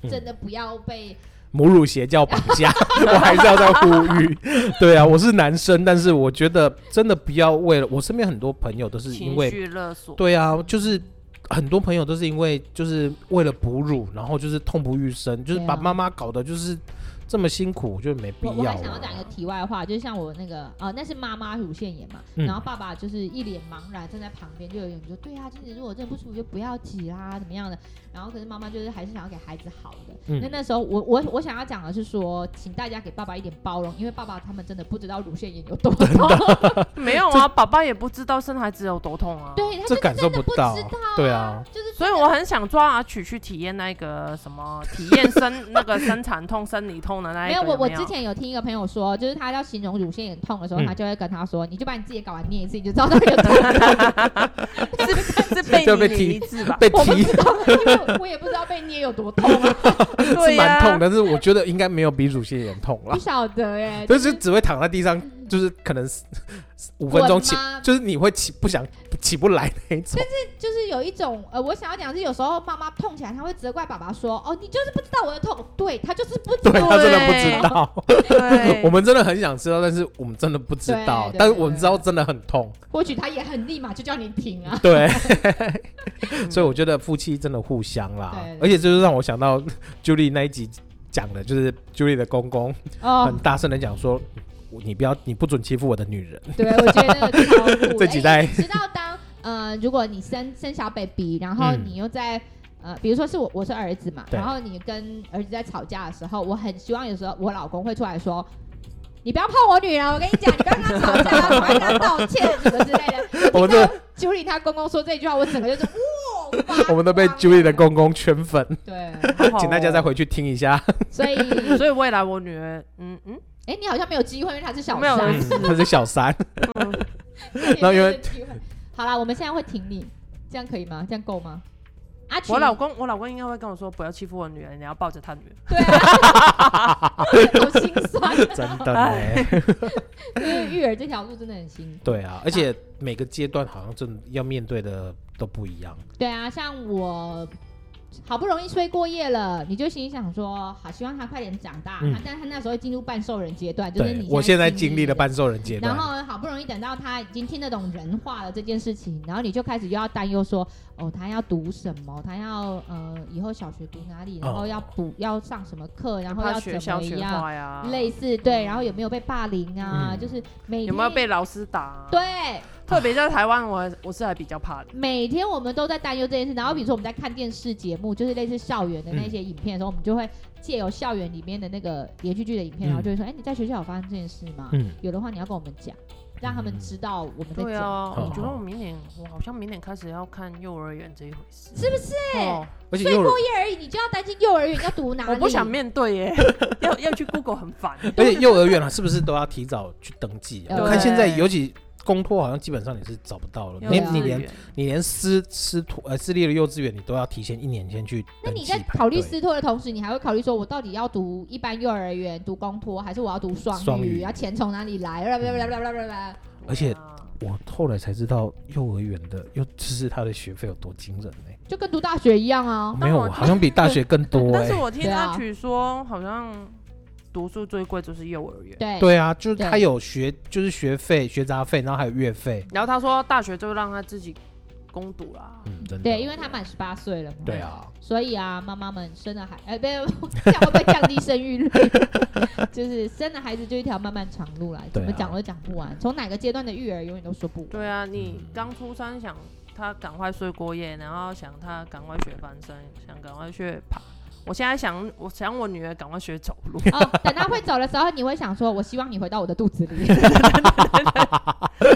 [SPEAKER 2] 嗯
[SPEAKER 1] 真的不要被、
[SPEAKER 2] 母乳邪教绑架， [laughs] 我还是要再呼吁。对啊，我是男生，但是我觉得真的不要为了我身边很多朋友都是因
[SPEAKER 3] 情
[SPEAKER 2] 为
[SPEAKER 3] 绪勒索，
[SPEAKER 2] 对啊，就是很多朋友都是因为就是为了哺乳，然后就是痛不欲生，就是
[SPEAKER 1] 对啊
[SPEAKER 2] 把妈妈搞得就是这么辛苦，就没必
[SPEAKER 1] 我我
[SPEAKER 2] 要
[SPEAKER 1] 还想要讲一个
[SPEAKER 2] 啊。
[SPEAKER 1] 题外话，就是像我那个呃，那是妈妈乳腺炎嘛，
[SPEAKER 2] 嗯
[SPEAKER 1] 然后爸爸就是一脸茫然站在旁边，就有点说，对啊，其实如果真的不舒服就不要挤啦，怎么样的。然后可是妈妈就是还是想要给孩子好的。
[SPEAKER 2] 嗯
[SPEAKER 1] 那那时候我我我想要讲的是说，请大家给爸爸一点包容，因为爸爸他们真的不知道乳腺炎有多痛，
[SPEAKER 3] 没有啊，爸爸也不知道生孩子有多痛啊。，
[SPEAKER 1] [laughs] 对，他
[SPEAKER 2] 这
[SPEAKER 1] 们
[SPEAKER 2] 感受
[SPEAKER 1] 真的不
[SPEAKER 2] 到
[SPEAKER 1] 知道，
[SPEAKER 2] 对啊，
[SPEAKER 1] 就是
[SPEAKER 3] 所以我很想抓阿曲去体验那个什么，体验生那个生产痛、生理痛的那一
[SPEAKER 1] 没
[SPEAKER 3] 个
[SPEAKER 1] 有，
[SPEAKER 3] 有
[SPEAKER 1] 我我之前有听一个朋友说，就是他要形容乳腺炎痛的时候，
[SPEAKER 2] 嗯
[SPEAKER 1] 他就会跟他说，你就把你自己的睾丸捏一次，你就知道那个有多痛。
[SPEAKER 3] 是是被
[SPEAKER 2] 就被
[SPEAKER 3] 你
[SPEAKER 2] 踢
[SPEAKER 3] 离字吧？
[SPEAKER 2] 被
[SPEAKER 1] 我不
[SPEAKER 2] 踢
[SPEAKER 1] 知道， [laughs] 因为我也不知道被捏有多痛
[SPEAKER 2] [laughs]
[SPEAKER 1] 啊，
[SPEAKER 3] 对
[SPEAKER 2] 是
[SPEAKER 3] 呀
[SPEAKER 2] 蛮，痛，但是我觉得应该没有比乳腺炎痛
[SPEAKER 1] [laughs]
[SPEAKER 2] 啦
[SPEAKER 1] 不。晓得哎。
[SPEAKER 2] 就是只会躺在地上，就是可能是五分钟起
[SPEAKER 1] 滚吗，
[SPEAKER 2] 就是你会起不想起不来那一种。
[SPEAKER 1] 就是有一种呃，我想要讲的是，有时候妈妈痛起来，她会责怪爸爸说，哦，你就是不知道我的痛，对她就是不知
[SPEAKER 2] 对
[SPEAKER 1] 道。
[SPEAKER 2] 他真的不知道，
[SPEAKER 3] 对，
[SPEAKER 2] 我们真的很想知道，但是我们真的不知道
[SPEAKER 1] 对，对
[SPEAKER 2] 但是我们知道真的很痛。
[SPEAKER 1] 或许她也很立马就叫你停
[SPEAKER 2] [laughs]
[SPEAKER 1] 啊。
[SPEAKER 2] 对， [laughs]
[SPEAKER 3] 嗯
[SPEAKER 2] 所以我觉得夫妻真的互相啦
[SPEAKER 1] 对，对
[SPEAKER 2] 而且就是让我想到 Julie 那一集讲的，就是 Julie 的公公
[SPEAKER 1] 哦
[SPEAKER 2] 很，大声的讲说。我你不要，你不准欺负我的女人。
[SPEAKER 1] 对，我觉得那个
[SPEAKER 2] [laughs]
[SPEAKER 1] 超酷的。
[SPEAKER 2] 这几
[SPEAKER 1] 哎
[SPEAKER 2] 代
[SPEAKER 1] 你知道当呃，如果你生生小 baby，然后
[SPEAKER 2] 嗯
[SPEAKER 1] 你又在、呃，比如说是我我是儿子嘛，
[SPEAKER 2] 对
[SPEAKER 1] 然后你跟儿子在吵架的时候，我很希望有时候我老公会出来说。你不要碰我女人，我跟你讲，你不要跟她吵架，我要跟她道歉什么之类的。
[SPEAKER 2] 我们这
[SPEAKER 1] 朱莉她公公说这句话，我整个就是哇
[SPEAKER 2] [laughs] ，我们都被 Julie 的公公圈粉，
[SPEAKER 1] 对，
[SPEAKER 3] 好好
[SPEAKER 2] 请大家再 [laughs]
[SPEAKER 3] 哦。
[SPEAKER 2] 回去听
[SPEAKER 1] [laughs]
[SPEAKER 2] 一下。
[SPEAKER 1] 所以
[SPEAKER 3] 所以未来我女儿，嗯嗯，
[SPEAKER 1] 哎，你好像没有机会，因为她是小
[SPEAKER 3] 没有
[SPEAKER 1] 三
[SPEAKER 2] 嗯， [laughs] 他是小三，
[SPEAKER 3] 嗯
[SPEAKER 2] 然后因为
[SPEAKER 1] 机会。 [laughs] 好啦，我们现在会挺你，这样可以吗？这样够吗？阿群，
[SPEAKER 3] 我老公，我老公应该会跟我说，不要欺负我女儿，你要抱着她女儿。
[SPEAKER 1] 对啊，
[SPEAKER 2] [laughs]
[SPEAKER 1] 好心酸，
[SPEAKER 2] 真的
[SPEAKER 1] 哎
[SPEAKER 2] 呢。
[SPEAKER 1] 因为育儿这条路真的很辛苦。
[SPEAKER 2] 对啊，而且每个阶段好像真的要面对的都不一样。
[SPEAKER 1] 对啊，像我好不容易睡过夜了，你就心里想说，好希望他快点长大。
[SPEAKER 2] 嗯
[SPEAKER 1] 他但是他那时候进入半兽人阶段，就是
[SPEAKER 2] 对
[SPEAKER 1] 你，
[SPEAKER 2] 我现在经
[SPEAKER 1] 经
[SPEAKER 2] 历了
[SPEAKER 1] 的。
[SPEAKER 2] 半兽人阶
[SPEAKER 1] 然
[SPEAKER 2] 段，啊
[SPEAKER 1] 后好不容易等到他已经听得懂人话了这件事情，然后你就开始又要担忧说，哦，他要读什么？他要呃，以后小学读哪里？然后
[SPEAKER 2] 哦
[SPEAKER 1] 要补、要上什么课？然后
[SPEAKER 3] 怕
[SPEAKER 1] 要怎
[SPEAKER 3] 学校
[SPEAKER 1] 么
[SPEAKER 3] 学
[SPEAKER 1] 样？
[SPEAKER 3] 坏啊呀，
[SPEAKER 1] 类似对，然后有没有被霸凌啊？
[SPEAKER 2] 嗯
[SPEAKER 1] 就是每
[SPEAKER 3] 有没有
[SPEAKER 1] 天
[SPEAKER 3] 被老师打啊？
[SPEAKER 1] 对，
[SPEAKER 3] 特别在台湾，我我是还比较怕的。
[SPEAKER 1] 每天我们都在担忧这件事。然后比如说我们在看电视节目，就是类似校园的那些影片的时候，我们就会借由校园里面的那个连续剧的影片，
[SPEAKER 2] 嗯
[SPEAKER 1] 然后就会说：“哎、你在学校有发生这件事吗？
[SPEAKER 2] 嗯，
[SPEAKER 1] 有的话你要跟我们讲，让他
[SPEAKER 3] 嗯
[SPEAKER 1] 们知道我们在
[SPEAKER 3] 对
[SPEAKER 1] 讲。哦
[SPEAKER 3] 啊，
[SPEAKER 2] 嗯
[SPEAKER 3] 我觉得我明年，我好像明年开始要看幼儿园这一回事，
[SPEAKER 1] 是不是？
[SPEAKER 3] 哦，
[SPEAKER 2] 而且
[SPEAKER 1] 睡
[SPEAKER 2] 幼儿
[SPEAKER 1] 过夜而已，你就要担心幼儿园要读哪里？
[SPEAKER 3] 我不想面
[SPEAKER 1] [laughs]
[SPEAKER 3] 对耶，要要去 Google 很
[SPEAKER 2] [laughs]
[SPEAKER 3] 烦。
[SPEAKER 2] 而且幼儿园啊，是不是都要提早去登记啊？
[SPEAKER 1] 对
[SPEAKER 2] 我看现在尤其公托好像基本上你是找不到了，
[SPEAKER 3] 幼
[SPEAKER 2] 连
[SPEAKER 1] 稚
[SPEAKER 2] 你
[SPEAKER 3] 园
[SPEAKER 2] 连你连私私托呃私立的幼稚园你都要提前一年先去
[SPEAKER 1] 那
[SPEAKER 2] 登
[SPEAKER 1] 你
[SPEAKER 2] 记
[SPEAKER 1] 在
[SPEAKER 2] 排队。
[SPEAKER 1] 考虑私托的同时，你还会考虑说，我到底要读一般幼儿园、读公托，还是我要读双
[SPEAKER 2] 双
[SPEAKER 1] 语？
[SPEAKER 2] 语
[SPEAKER 1] 要钱从哪里
[SPEAKER 2] [laughs]
[SPEAKER 1] 来？blah blah blah blah blah blah blah
[SPEAKER 2] 而且
[SPEAKER 3] 对啊
[SPEAKER 2] 我后来才知道幼儿园的又就是他的学费有多惊人呢、
[SPEAKER 1] 就跟读大学一样啊。
[SPEAKER 2] 没有，
[SPEAKER 3] 我
[SPEAKER 2] 好像比大学更
[SPEAKER 1] [laughs]
[SPEAKER 2] 多
[SPEAKER 3] 但
[SPEAKER 2] 哎、
[SPEAKER 3] 是我听
[SPEAKER 1] 对啊
[SPEAKER 3] 阿曲说，好像读书最贵就是幼儿园，
[SPEAKER 1] 对，
[SPEAKER 2] 对啊，就是他
[SPEAKER 1] 哎对
[SPEAKER 2] 有学就是学费、学杂费，然后还有月费。
[SPEAKER 3] 然后他说大学就让他自己攻读啦。
[SPEAKER 2] 嗯，真的。
[SPEAKER 1] 对，因为他满十八岁了嘛。
[SPEAKER 2] 对。啊，
[SPEAKER 1] 所以啊，妈妈们生了孩，哎、不要， [laughs] 这样会不会降低生育率？ [laughs] 就是生了孩子就一条漫漫长路来，怎么
[SPEAKER 2] 对啊
[SPEAKER 1] 讲都讲不完，从哪个阶段的育儿永远都说不完。
[SPEAKER 2] [laughs]
[SPEAKER 3] 对啊，你
[SPEAKER 2] 嗯
[SPEAKER 3] 刚出生想他赶快睡过夜，然后想他赶快学翻身，想赶快学爬。我现在想，我想我女儿赶快学走路。 [laughs]
[SPEAKER 1] 哦，等他会走的时候，你会想说，我希望你回到我的肚子里。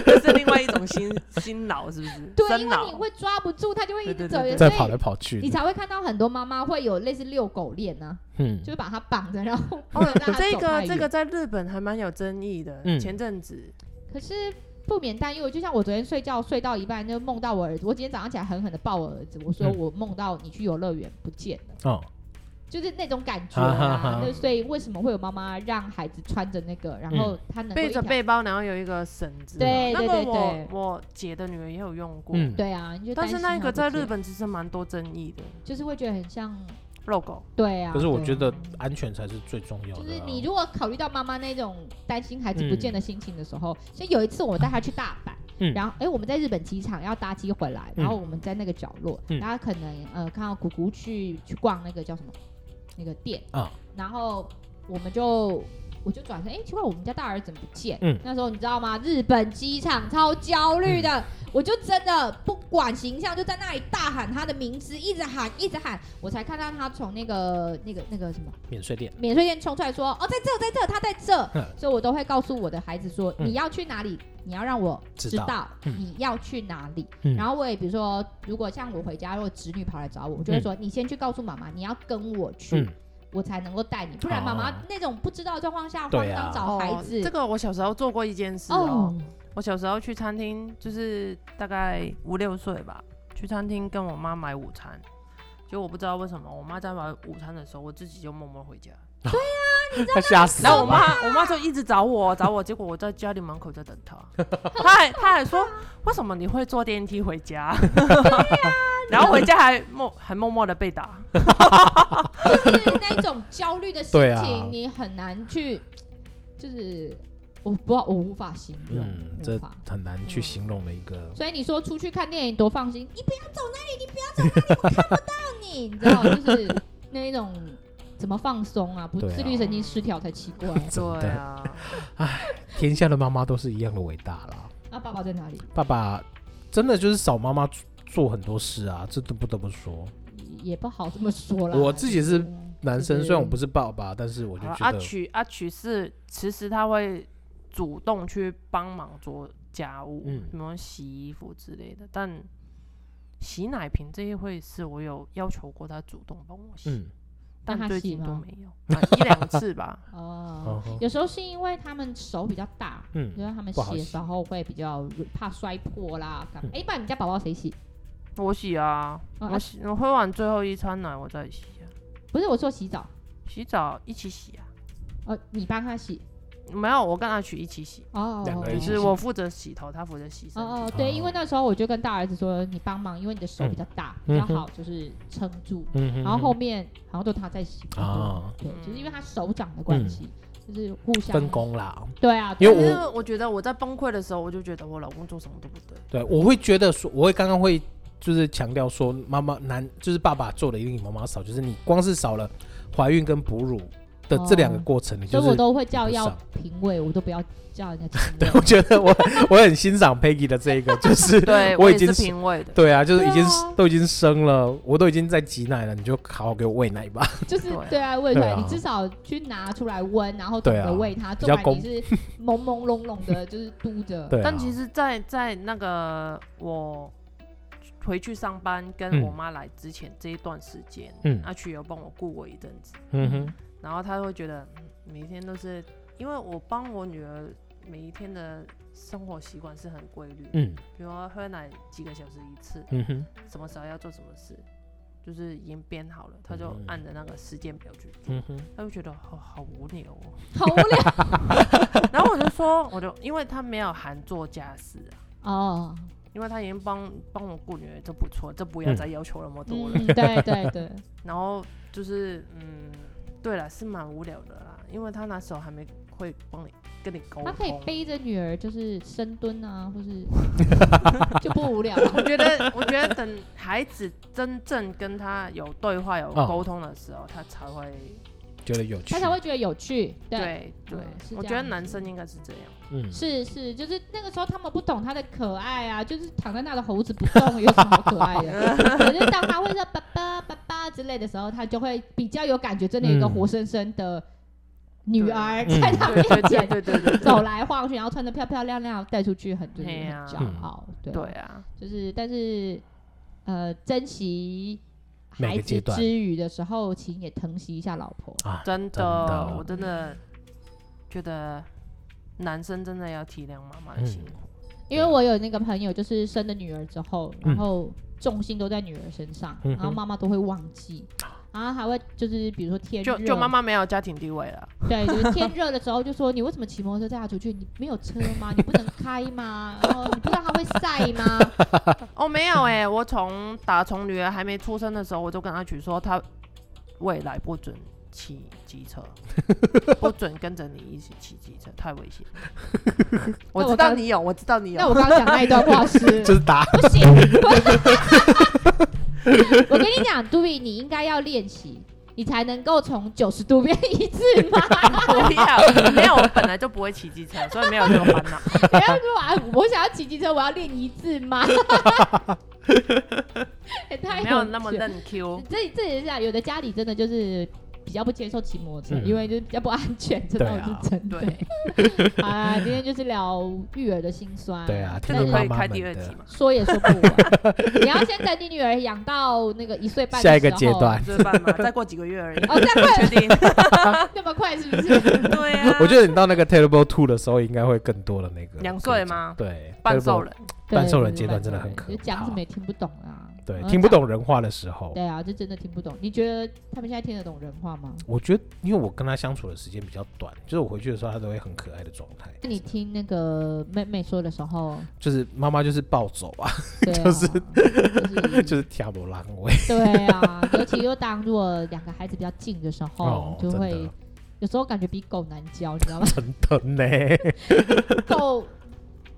[SPEAKER 3] 这是另外一种新新老，是不是？
[SPEAKER 1] 对，因
[SPEAKER 3] 生
[SPEAKER 1] 为
[SPEAKER 3] 老
[SPEAKER 1] 你会抓不住，他就会一直
[SPEAKER 3] 对对
[SPEAKER 1] 走，
[SPEAKER 3] 对对
[SPEAKER 2] 再
[SPEAKER 1] 所
[SPEAKER 2] 跑
[SPEAKER 1] 以
[SPEAKER 2] 来跑去
[SPEAKER 1] 你
[SPEAKER 2] 的。
[SPEAKER 1] 才会看到很多妈妈会有类似遛狗链呢、
[SPEAKER 2] 嗯
[SPEAKER 1] 就，是把它绑着，然 [laughs] 后
[SPEAKER 3] 哦
[SPEAKER 1] 让它
[SPEAKER 3] 这
[SPEAKER 1] 走太
[SPEAKER 3] 个
[SPEAKER 1] 远
[SPEAKER 3] 这个在日本还蛮有争议的。
[SPEAKER 2] 嗯
[SPEAKER 3] 前阵子
[SPEAKER 1] 可是不免担忧。就像我昨天睡觉睡到一半，就梦到我儿子，我今天早上起来狠狠的抱我儿子，我说
[SPEAKER 2] 嗯
[SPEAKER 1] 我梦到你去游乐园不见了。
[SPEAKER 2] 哦，
[SPEAKER 1] 就是那种感觉
[SPEAKER 2] 哈哈
[SPEAKER 1] 啊
[SPEAKER 2] 哈，
[SPEAKER 1] 那所以为什么会有妈妈让孩子穿着那个，然后他能够
[SPEAKER 3] 背
[SPEAKER 1] 一
[SPEAKER 3] 着
[SPEAKER 1] 条
[SPEAKER 3] 背包，然后有一个绳子嘛。
[SPEAKER 1] 对
[SPEAKER 3] 那
[SPEAKER 1] 对
[SPEAKER 3] 个
[SPEAKER 1] 对
[SPEAKER 3] 我
[SPEAKER 1] 对
[SPEAKER 3] 我姐的女儿也有用过，
[SPEAKER 2] 嗯，
[SPEAKER 1] 对啊，你就
[SPEAKER 3] 但
[SPEAKER 1] 担
[SPEAKER 3] 是
[SPEAKER 1] 心
[SPEAKER 3] 那个
[SPEAKER 1] 他
[SPEAKER 3] 在
[SPEAKER 1] 不见
[SPEAKER 3] 日本其实蛮多争议的。
[SPEAKER 1] 就是会觉得很像，
[SPEAKER 3] 肉狗，
[SPEAKER 1] 对啊。
[SPEAKER 2] 可是我
[SPEAKER 1] 对啊
[SPEAKER 2] 觉得安全才是最重要的、啊。
[SPEAKER 1] 就是你如果考虑到妈妈那种担心孩子不见的心情的时候，所以有一次我带他去大阪，
[SPEAKER 2] 嗯
[SPEAKER 1] 然后哎、诶我们在日本机场要搭机回来，
[SPEAKER 2] 嗯
[SPEAKER 1] 然后我们在那个角落，
[SPEAKER 2] 嗯
[SPEAKER 1] 然后可能呃看到姑姑去去逛那个叫什么那个店
[SPEAKER 2] 啊
[SPEAKER 1] 然后我们就。我就转身，哎、奇怪，我们家大儿子怎么不见？
[SPEAKER 2] 嗯
[SPEAKER 1] 那时候你知道吗？日本机场超焦虑的，我就真的不管形象，就在那里大喊他的名字，一直喊，一直喊，我才看到他从那个、那个、那个什么
[SPEAKER 2] 免税店，
[SPEAKER 1] 免税店冲出来说：“哦，在这，在这，他在这。
[SPEAKER 2] 嗯”
[SPEAKER 1] 所以，我都会告诉我的孩子说：“
[SPEAKER 2] 嗯
[SPEAKER 1] 你要去哪里？你要让我知
[SPEAKER 2] 知道
[SPEAKER 1] 道
[SPEAKER 2] 嗯
[SPEAKER 1] 你要去哪里。”
[SPEAKER 2] 嗯
[SPEAKER 1] 然后我也比如说，如果像我回家，如果侄女跑来找我，我就会说：“你先去告诉妈妈，你要跟我去
[SPEAKER 2] 嗯，
[SPEAKER 1] 我才能够带你，不然妈妈
[SPEAKER 2] 哦
[SPEAKER 1] 那种不知道的状况下
[SPEAKER 2] 对
[SPEAKER 1] 慌
[SPEAKER 2] 啊
[SPEAKER 1] 张找孩子
[SPEAKER 3] 哦这。”个我小时候做过一件事哦。
[SPEAKER 1] 哦，
[SPEAKER 3] 我小时候去餐厅，就是大概五六岁吧，去餐厅跟我妈买午餐。就我不知道为什么，我妈在买午餐的时候，我自己就默默回家。
[SPEAKER 2] [laughs] 他吓死
[SPEAKER 3] 然后我
[SPEAKER 2] 了吧。
[SPEAKER 3] 妈，我妈就一直找我，找我，结果我在家里门口在等她。她还她还说，为什么你会坐电梯回家？ [laughs] 然后回家还默还默默的被打。
[SPEAKER 1] 就是那种焦虑的心
[SPEAKER 2] 对啊
[SPEAKER 1] 情，你很难去，就是我不知道，我无法形容，
[SPEAKER 2] 嗯，
[SPEAKER 1] 无
[SPEAKER 2] 这
[SPEAKER 1] 法。
[SPEAKER 2] 很难去形容的一个。
[SPEAKER 1] 所以你说出去看电影多放心，你不要走那里，你不要走那里，我看不到你，你知道，就是那一种怎么放松啊？不
[SPEAKER 2] 对啊
[SPEAKER 1] 自律神经失调才奇怪。
[SPEAKER 2] 真
[SPEAKER 3] 对
[SPEAKER 2] 的，
[SPEAKER 3] 啊，
[SPEAKER 2] 天下的妈妈都是一样的伟大啦。
[SPEAKER 1] 那啊爸爸在哪里？
[SPEAKER 2] 爸爸真的就是少妈妈做做很多事啊，这都不得不说。
[SPEAKER 1] 也不好这么说啦。
[SPEAKER 2] 我自己
[SPEAKER 1] 就
[SPEAKER 2] 是
[SPEAKER 1] 是
[SPEAKER 2] 男生
[SPEAKER 1] 就是
[SPEAKER 2] 虽然我不是爸爸，但是我就
[SPEAKER 3] 好了
[SPEAKER 2] 觉
[SPEAKER 3] 啊阿
[SPEAKER 2] 得
[SPEAKER 3] 曲阿曲是其实他会主动去帮忙做家务，
[SPEAKER 2] 嗯
[SPEAKER 3] 什么洗衣服之类的，但洗奶瓶这一回事，我有要求过他主动帮我洗，
[SPEAKER 2] 嗯，
[SPEAKER 1] 那
[SPEAKER 3] 但
[SPEAKER 1] 他
[SPEAKER 3] 最
[SPEAKER 1] 洗
[SPEAKER 3] 近都
[SPEAKER 1] 吗。
[SPEAKER 3] 没有，啊、一两次吧
[SPEAKER 1] 哦
[SPEAKER 2] 好，好
[SPEAKER 1] 有时候是因为他们手比较大，
[SPEAKER 2] 嗯
[SPEAKER 1] 因为他们
[SPEAKER 2] 不好
[SPEAKER 1] 洗的
[SPEAKER 2] 洗
[SPEAKER 1] 时候会比较怕摔破啦。干嘛？哎，不然你家宝宝谁洗？
[SPEAKER 3] 我洗啊，
[SPEAKER 1] [laughs] 哦
[SPEAKER 3] 我洗，我喝完最后一餐奶我再洗啊，
[SPEAKER 1] 不是我说洗澡，
[SPEAKER 3] 洗澡一起洗啊，
[SPEAKER 1] 哦，你帮他洗。
[SPEAKER 3] 没有，我跟阿曲一起洗，
[SPEAKER 1] 哦，
[SPEAKER 2] 两个人
[SPEAKER 1] 哦
[SPEAKER 2] 一
[SPEAKER 3] 就
[SPEAKER 2] 起
[SPEAKER 3] 是
[SPEAKER 2] 洗
[SPEAKER 3] 我负责洗头，他负责洗身体。
[SPEAKER 1] 哦哦，对，因为那时候我就跟大儿子说，你帮忙，因为你的手比较大，比较
[SPEAKER 2] 嗯哼
[SPEAKER 1] 好，就是撑住。
[SPEAKER 2] 嗯哼
[SPEAKER 1] 然后后面好像都他在洗
[SPEAKER 2] 啊嗯
[SPEAKER 1] 对，就是
[SPEAKER 3] 嗯
[SPEAKER 1] 因为他手掌的关系，就是互相
[SPEAKER 2] 分。工啦，
[SPEAKER 1] 对啊，
[SPEAKER 2] 因为
[SPEAKER 3] 可
[SPEAKER 2] 我
[SPEAKER 3] 是我觉得我在崩溃的时候，我就觉得我老公做什么都不对。
[SPEAKER 2] 对，我会觉得说，我会刚刚会就是强调说，妈妈男就是爸爸做的一定比妈妈少，就是你光是少了怀孕跟哺乳的这两个过程，你
[SPEAKER 1] 哦所以
[SPEAKER 2] 就
[SPEAKER 1] 我
[SPEAKER 2] 是。
[SPEAKER 1] 都会叫
[SPEAKER 2] 不
[SPEAKER 1] 要
[SPEAKER 2] 上
[SPEAKER 1] 评委，我都不要叫人家
[SPEAKER 2] [laughs]
[SPEAKER 1] 评
[SPEAKER 2] 对啊
[SPEAKER 1] 委，。
[SPEAKER 2] [laughs] 我觉得我我很欣赏 Peggy 的这一个，
[SPEAKER 1] [laughs]
[SPEAKER 2] 就是
[SPEAKER 3] 对，
[SPEAKER 2] 我
[SPEAKER 3] 我
[SPEAKER 2] 已
[SPEAKER 3] 也
[SPEAKER 2] 经
[SPEAKER 3] 是
[SPEAKER 2] 是
[SPEAKER 3] 品味的。
[SPEAKER 2] 对啊，就是已经、
[SPEAKER 1] 对啊
[SPEAKER 2] 都已经生了，我都已经在挤奶了，你就好好给我喂奶吧。
[SPEAKER 1] [laughs] [laughs] 就是
[SPEAKER 3] 对啊
[SPEAKER 1] 对啊，喂出
[SPEAKER 2] 对
[SPEAKER 1] 来，
[SPEAKER 2] 啊
[SPEAKER 1] 你至少去拿出来温，然后懂
[SPEAKER 2] 对啊
[SPEAKER 1] 得喂它，
[SPEAKER 2] 比
[SPEAKER 1] 纵
[SPEAKER 2] 较
[SPEAKER 1] 然你
[SPEAKER 2] [laughs]
[SPEAKER 1] 是朦朦胧胧的，就是嘟着。
[SPEAKER 2] 对啊、
[SPEAKER 3] 但其实在，在那个我回去上班跟
[SPEAKER 2] 嗯
[SPEAKER 3] 我妈来之前这一段时间，
[SPEAKER 2] 嗯
[SPEAKER 3] 阿曲有帮我顾我一阵子，
[SPEAKER 2] 嗯哼，
[SPEAKER 3] 然后她会觉得嗯每天都是因为我帮我女儿每一天的生活习惯是很规律的，
[SPEAKER 2] 嗯
[SPEAKER 3] 比如说喝奶几个小时一次，
[SPEAKER 2] 嗯哼，
[SPEAKER 3] 什么时候要做什么事，就是已经编好了，她就
[SPEAKER 2] 嗯
[SPEAKER 3] 按着那个时间表去做，
[SPEAKER 2] 嗯哼，
[SPEAKER 3] 她就觉得好好无聊哦。 [laughs]
[SPEAKER 1] 好无聊
[SPEAKER 3] 然后我就说，我就因为她没有含做家事啊。
[SPEAKER 1] 哦。
[SPEAKER 3] 因为他已经帮帮我顾女儿，这不错，这不
[SPEAKER 2] 嗯
[SPEAKER 3] 要再要求那么 [laughs] 多了。
[SPEAKER 1] 嗯，对对对，
[SPEAKER 3] 然后就是，嗯，对了，是蛮无聊的啦，因为他那时候还没会帮你跟你沟
[SPEAKER 1] 他可以
[SPEAKER 3] 通。
[SPEAKER 1] 背着女儿就是深蹲啊，或
[SPEAKER 3] [laughs]
[SPEAKER 1] 是就不无聊啊。
[SPEAKER 3] 我觉得，我觉得等孩子真正跟他有对话、有
[SPEAKER 2] 哦
[SPEAKER 3] 沟通的时候，他才会
[SPEAKER 2] 觉得有趣，
[SPEAKER 1] 他才会觉得有趣。对，
[SPEAKER 3] 对对
[SPEAKER 1] 嗯是。
[SPEAKER 3] 我
[SPEAKER 1] 这
[SPEAKER 3] 觉得
[SPEAKER 1] 样
[SPEAKER 3] 男
[SPEAKER 1] 子
[SPEAKER 3] 生应该是这样，
[SPEAKER 2] 嗯，
[SPEAKER 1] 是是，就是那个时候他们不懂他的可爱啊，就是躺在那的猴子不动有什么好可爱的？
[SPEAKER 3] [laughs]
[SPEAKER 1] 可是当他会说爸爸爸爸之类的时候，他就会比较有感觉，真的有一个
[SPEAKER 2] 嗯
[SPEAKER 1] 活生生的女
[SPEAKER 3] 对
[SPEAKER 1] 儿
[SPEAKER 2] 嗯
[SPEAKER 1] 在他面
[SPEAKER 3] 对对
[SPEAKER 1] 前
[SPEAKER 3] 对对对对
[SPEAKER 1] 走来晃去，然后穿的漂漂亮亮，带出去很就是
[SPEAKER 3] 嘿
[SPEAKER 1] 很
[SPEAKER 3] 啊
[SPEAKER 1] 骄
[SPEAKER 2] 嗯
[SPEAKER 1] 傲。对 [laughs]
[SPEAKER 3] 对啊，
[SPEAKER 1] 就是但是呃，珍惜
[SPEAKER 2] 每
[SPEAKER 1] 孩
[SPEAKER 2] 个阶
[SPEAKER 1] 子
[SPEAKER 2] 段
[SPEAKER 1] 之余的时候，请也疼惜一下老婆。
[SPEAKER 2] 啊，
[SPEAKER 3] 真
[SPEAKER 2] 真
[SPEAKER 3] 的
[SPEAKER 2] 的，
[SPEAKER 3] 我真的觉得男生真的要体谅妈妈的
[SPEAKER 2] 嗯
[SPEAKER 3] 辛苦。
[SPEAKER 1] 因为我有那个朋友，就是生了女儿之后，
[SPEAKER 2] 啊嗯
[SPEAKER 1] 然后重心都在女儿身上，
[SPEAKER 2] 嗯哼啊
[SPEAKER 1] 然后妈妈都会忘记，然后还会就是比如说天热，
[SPEAKER 3] 就就妈妈没有家庭地位了，
[SPEAKER 1] 对，就是天热的时候就说你为什么骑摩托车带她出去？你没有车吗？你不能开吗？然后你不知道她会晒吗？
[SPEAKER 3] 哦，没有哎、我从打从女儿还没出生的时候，我就跟她去说，她未来不准骑机
[SPEAKER 2] [laughs]
[SPEAKER 3] 车，不准跟着你一起骑机车，太危 [laughs] 险。我知道你有，我知道你
[SPEAKER 1] 那
[SPEAKER 3] [laughs] 有，
[SPEAKER 1] 我刚刚讲那一段话是
[SPEAKER 2] [laughs] 就是打
[SPEAKER 1] 不行。我跟你讲，杜比，你应该要练习，你才能够从九十度变一字马。
[SPEAKER 2] [laughs]
[SPEAKER 3] 不要，没有，我本来就不会骑机车，所以没有这个烦 [laughs] 恼。
[SPEAKER 1] 不要说啊，我想要骑机车，我要练一字
[SPEAKER 2] [laughs]
[SPEAKER 1] 马。也太
[SPEAKER 3] 没有那么
[SPEAKER 1] 趣了
[SPEAKER 3] 认 Q，
[SPEAKER 1] 这这也是啊，有的家里真的就是比较不接受骑摩托车，
[SPEAKER 2] 嗯
[SPEAKER 1] 因为就是比较不安全，这
[SPEAKER 2] 对
[SPEAKER 1] 倒
[SPEAKER 2] 啊
[SPEAKER 1] 是真的。
[SPEAKER 3] 对，
[SPEAKER 1] [laughs] 好啊，今天就是聊育儿的辛酸。
[SPEAKER 2] 对啊，
[SPEAKER 3] 这
[SPEAKER 1] 但
[SPEAKER 2] 听
[SPEAKER 1] 是
[SPEAKER 2] 听
[SPEAKER 3] 个可
[SPEAKER 2] 妈
[SPEAKER 3] 以
[SPEAKER 2] 妈
[SPEAKER 3] 开
[SPEAKER 2] 们
[SPEAKER 3] 第二集
[SPEAKER 2] 的
[SPEAKER 3] 嘛，
[SPEAKER 1] 说也说不完。
[SPEAKER 2] [laughs]
[SPEAKER 1] 你要先等你女儿养到那个一岁半，
[SPEAKER 2] 下一个阶段。
[SPEAKER 3] 就是办嘛，再过几个月而已，
[SPEAKER 1] 哦，这样
[SPEAKER 3] 确
[SPEAKER 2] [laughs]
[SPEAKER 3] 定？
[SPEAKER 1] 快那么快是不是？
[SPEAKER 3] 对啊，
[SPEAKER 2] 我觉得你到那个 Terrible Two 的时候，应该会更多的那个
[SPEAKER 3] 两岁吗
[SPEAKER 2] 对，
[SPEAKER 3] 半
[SPEAKER 2] Terrible-
[SPEAKER 3] 兽人，
[SPEAKER 2] 半
[SPEAKER 1] 对
[SPEAKER 2] 兽人
[SPEAKER 1] 就是
[SPEAKER 2] 阶段真的
[SPEAKER 1] 半兽
[SPEAKER 2] 很
[SPEAKER 1] 人
[SPEAKER 2] 可
[SPEAKER 1] 就讲什
[SPEAKER 2] 怕
[SPEAKER 1] 么也听不懂啊。
[SPEAKER 2] 对，
[SPEAKER 1] 嗯
[SPEAKER 2] 听不。懂人话的时候
[SPEAKER 1] 讲，对啊，就真的听不懂。你觉得他们现在听得懂人话吗？
[SPEAKER 2] 我觉得，因为我跟他相处的时间比较短，就是我回去的时候，他都会很可爱的状态。
[SPEAKER 1] 那你听那个妹妹说的时候，
[SPEAKER 2] 就是妈妈就是暴走
[SPEAKER 1] [laughs]
[SPEAKER 2] 啊，
[SPEAKER 1] 对啊，
[SPEAKER 2] [laughs] 就是
[SPEAKER 1] 就是
[SPEAKER 2] [laughs] 就是跳楼狼尾
[SPEAKER 1] 对啊，尤其又当如果两个孩子比较近的时候，哦就
[SPEAKER 2] 哦真
[SPEAKER 1] 会
[SPEAKER 2] 的
[SPEAKER 1] 有时候感觉比狗难教，你知道吗？
[SPEAKER 2] 真的呢， [laughs]
[SPEAKER 1] 狗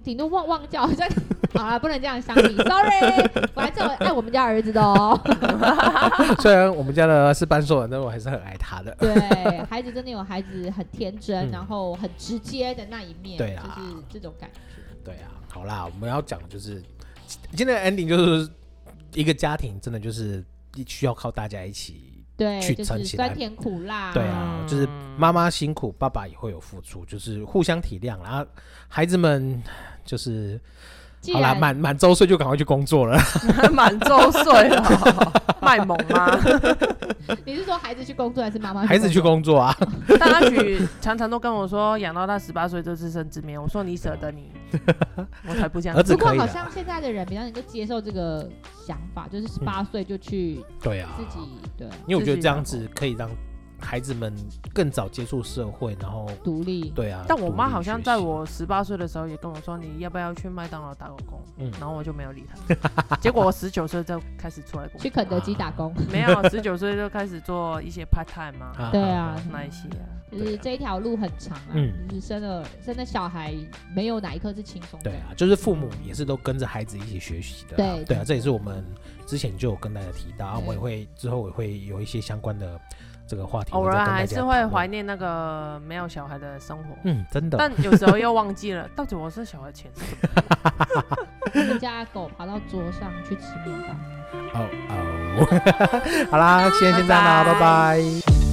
[SPEAKER 1] 顶多汪汪叫，好像 [laughs] 好了，不能这样相比，sorry，我还是很爱我们家儿子的
[SPEAKER 2] [laughs]
[SPEAKER 1] 哦。
[SPEAKER 2] 虽然我们家的是半兽人，但我还是很爱他的。
[SPEAKER 1] 对，孩子真的有孩子很天真，
[SPEAKER 2] 嗯
[SPEAKER 1] 然后很直接的那一面，
[SPEAKER 2] 对啊啦
[SPEAKER 1] 就是这种感觉。
[SPEAKER 2] 对啊，好啦，我们要讲的就是今今天的 ending 就是一个家庭真的就是需要靠大家一起
[SPEAKER 1] 对，
[SPEAKER 2] 去
[SPEAKER 1] 就是
[SPEAKER 2] 撑起来
[SPEAKER 1] 酸甜苦辣，
[SPEAKER 2] 对啊，就是
[SPEAKER 3] 嗯
[SPEAKER 2] 妈妈辛苦，爸爸也会有付出，就是互相体谅啦。啊孩子们就是
[SPEAKER 1] 既
[SPEAKER 2] 好啦，
[SPEAKER 1] 然
[SPEAKER 2] 满满周岁就赶快去工作了。
[SPEAKER 3] [laughs] 满周
[SPEAKER 2] [laughs]
[SPEAKER 3] 岁了，卖萌吗？
[SPEAKER 1] 你是说孩子去工作还是妈妈？
[SPEAKER 2] 孩子去，工作啊，
[SPEAKER 3] 但阿菊常常都跟我说，养到他十八岁就是生之年。我说你舍得
[SPEAKER 2] [laughs]
[SPEAKER 3] 你，我才不这
[SPEAKER 2] 儿
[SPEAKER 3] 样。
[SPEAKER 2] 子
[SPEAKER 1] 不过
[SPEAKER 2] 可以
[SPEAKER 1] 好
[SPEAKER 2] 的
[SPEAKER 1] 像现在的人比较能够接受这个想法，就是十八岁就去
[SPEAKER 2] 对嗯啊
[SPEAKER 1] 自，己对
[SPEAKER 2] 因为我觉得这样
[SPEAKER 3] 自己
[SPEAKER 2] 子可以让孩子们更早接触社会，然后
[SPEAKER 1] 独立，
[SPEAKER 2] 对啊。
[SPEAKER 3] 但我妈
[SPEAKER 2] 独立
[SPEAKER 3] 好像
[SPEAKER 2] 学
[SPEAKER 3] 在
[SPEAKER 2] 习，
[SPEAKER 3] 我十八岁的时候也跟我说，你要不要去麦当劳打个工？
[SPEAKER 2] 嗯
[SPEAKER 3] 然后我就没有理她。结果我十九岁就开始出来工
[SPEAKER 1] 去
[SPEAKER 3] 作，
[SPEAKER 1] 肯德基打工，
[SPEAKER 3] 没有，啊十九岁就开始做一些 part time 啊，
[SPEAKER 2] 啊
[SPEAKER 1] 对啊，
[SPEAKER 3] 那一些啊。
[SPEAKER 1] 就是这一条路很长啊，
[SPEAKER 2] 嗯
[SPEAKER 1] 就是生了生了小孩，没有哪一刻是轻松的
[SPEAKER 2] 对。啊，就是父母也是都跟着孩子一起学习的啦。
[SPEAKER 1] 对
[SPEAKER 2] 对啊，这也是我们之前就有跟大家提到，啊
[SPEAKER 1] 对
[SPEAKER 2] 我也
[SPEAKER 3] 嗯
[SPEAKER 2] 会之后也会有一些相关的这个话题，
[SPEAKER 3] 偶
[SPEAKER 2] 我再
[SPEAKER 3] 尔
[SPEAKER 2] 跟大
[SPEAKER 3] 还
[SPEAKER 2] 家
[SPEAKER 3] 是会
[SPEAKER 2] 讨论
[SPEAKER 3] 怀。念那个没有小孩的生活，
[SPEAKER 2] 嗯，真的。
[SPEAKER 3] 但有时候又忘记了，到底我是小孩前世。
[SPEAKER 1] 人家狗爬到桌上去吃面包。
[SPEAKER 2] [laughs] 哦哦，好啦，现在先这样啦，
[SPEAKER 3] 拜拜
[SPEAKER 2] 拜拜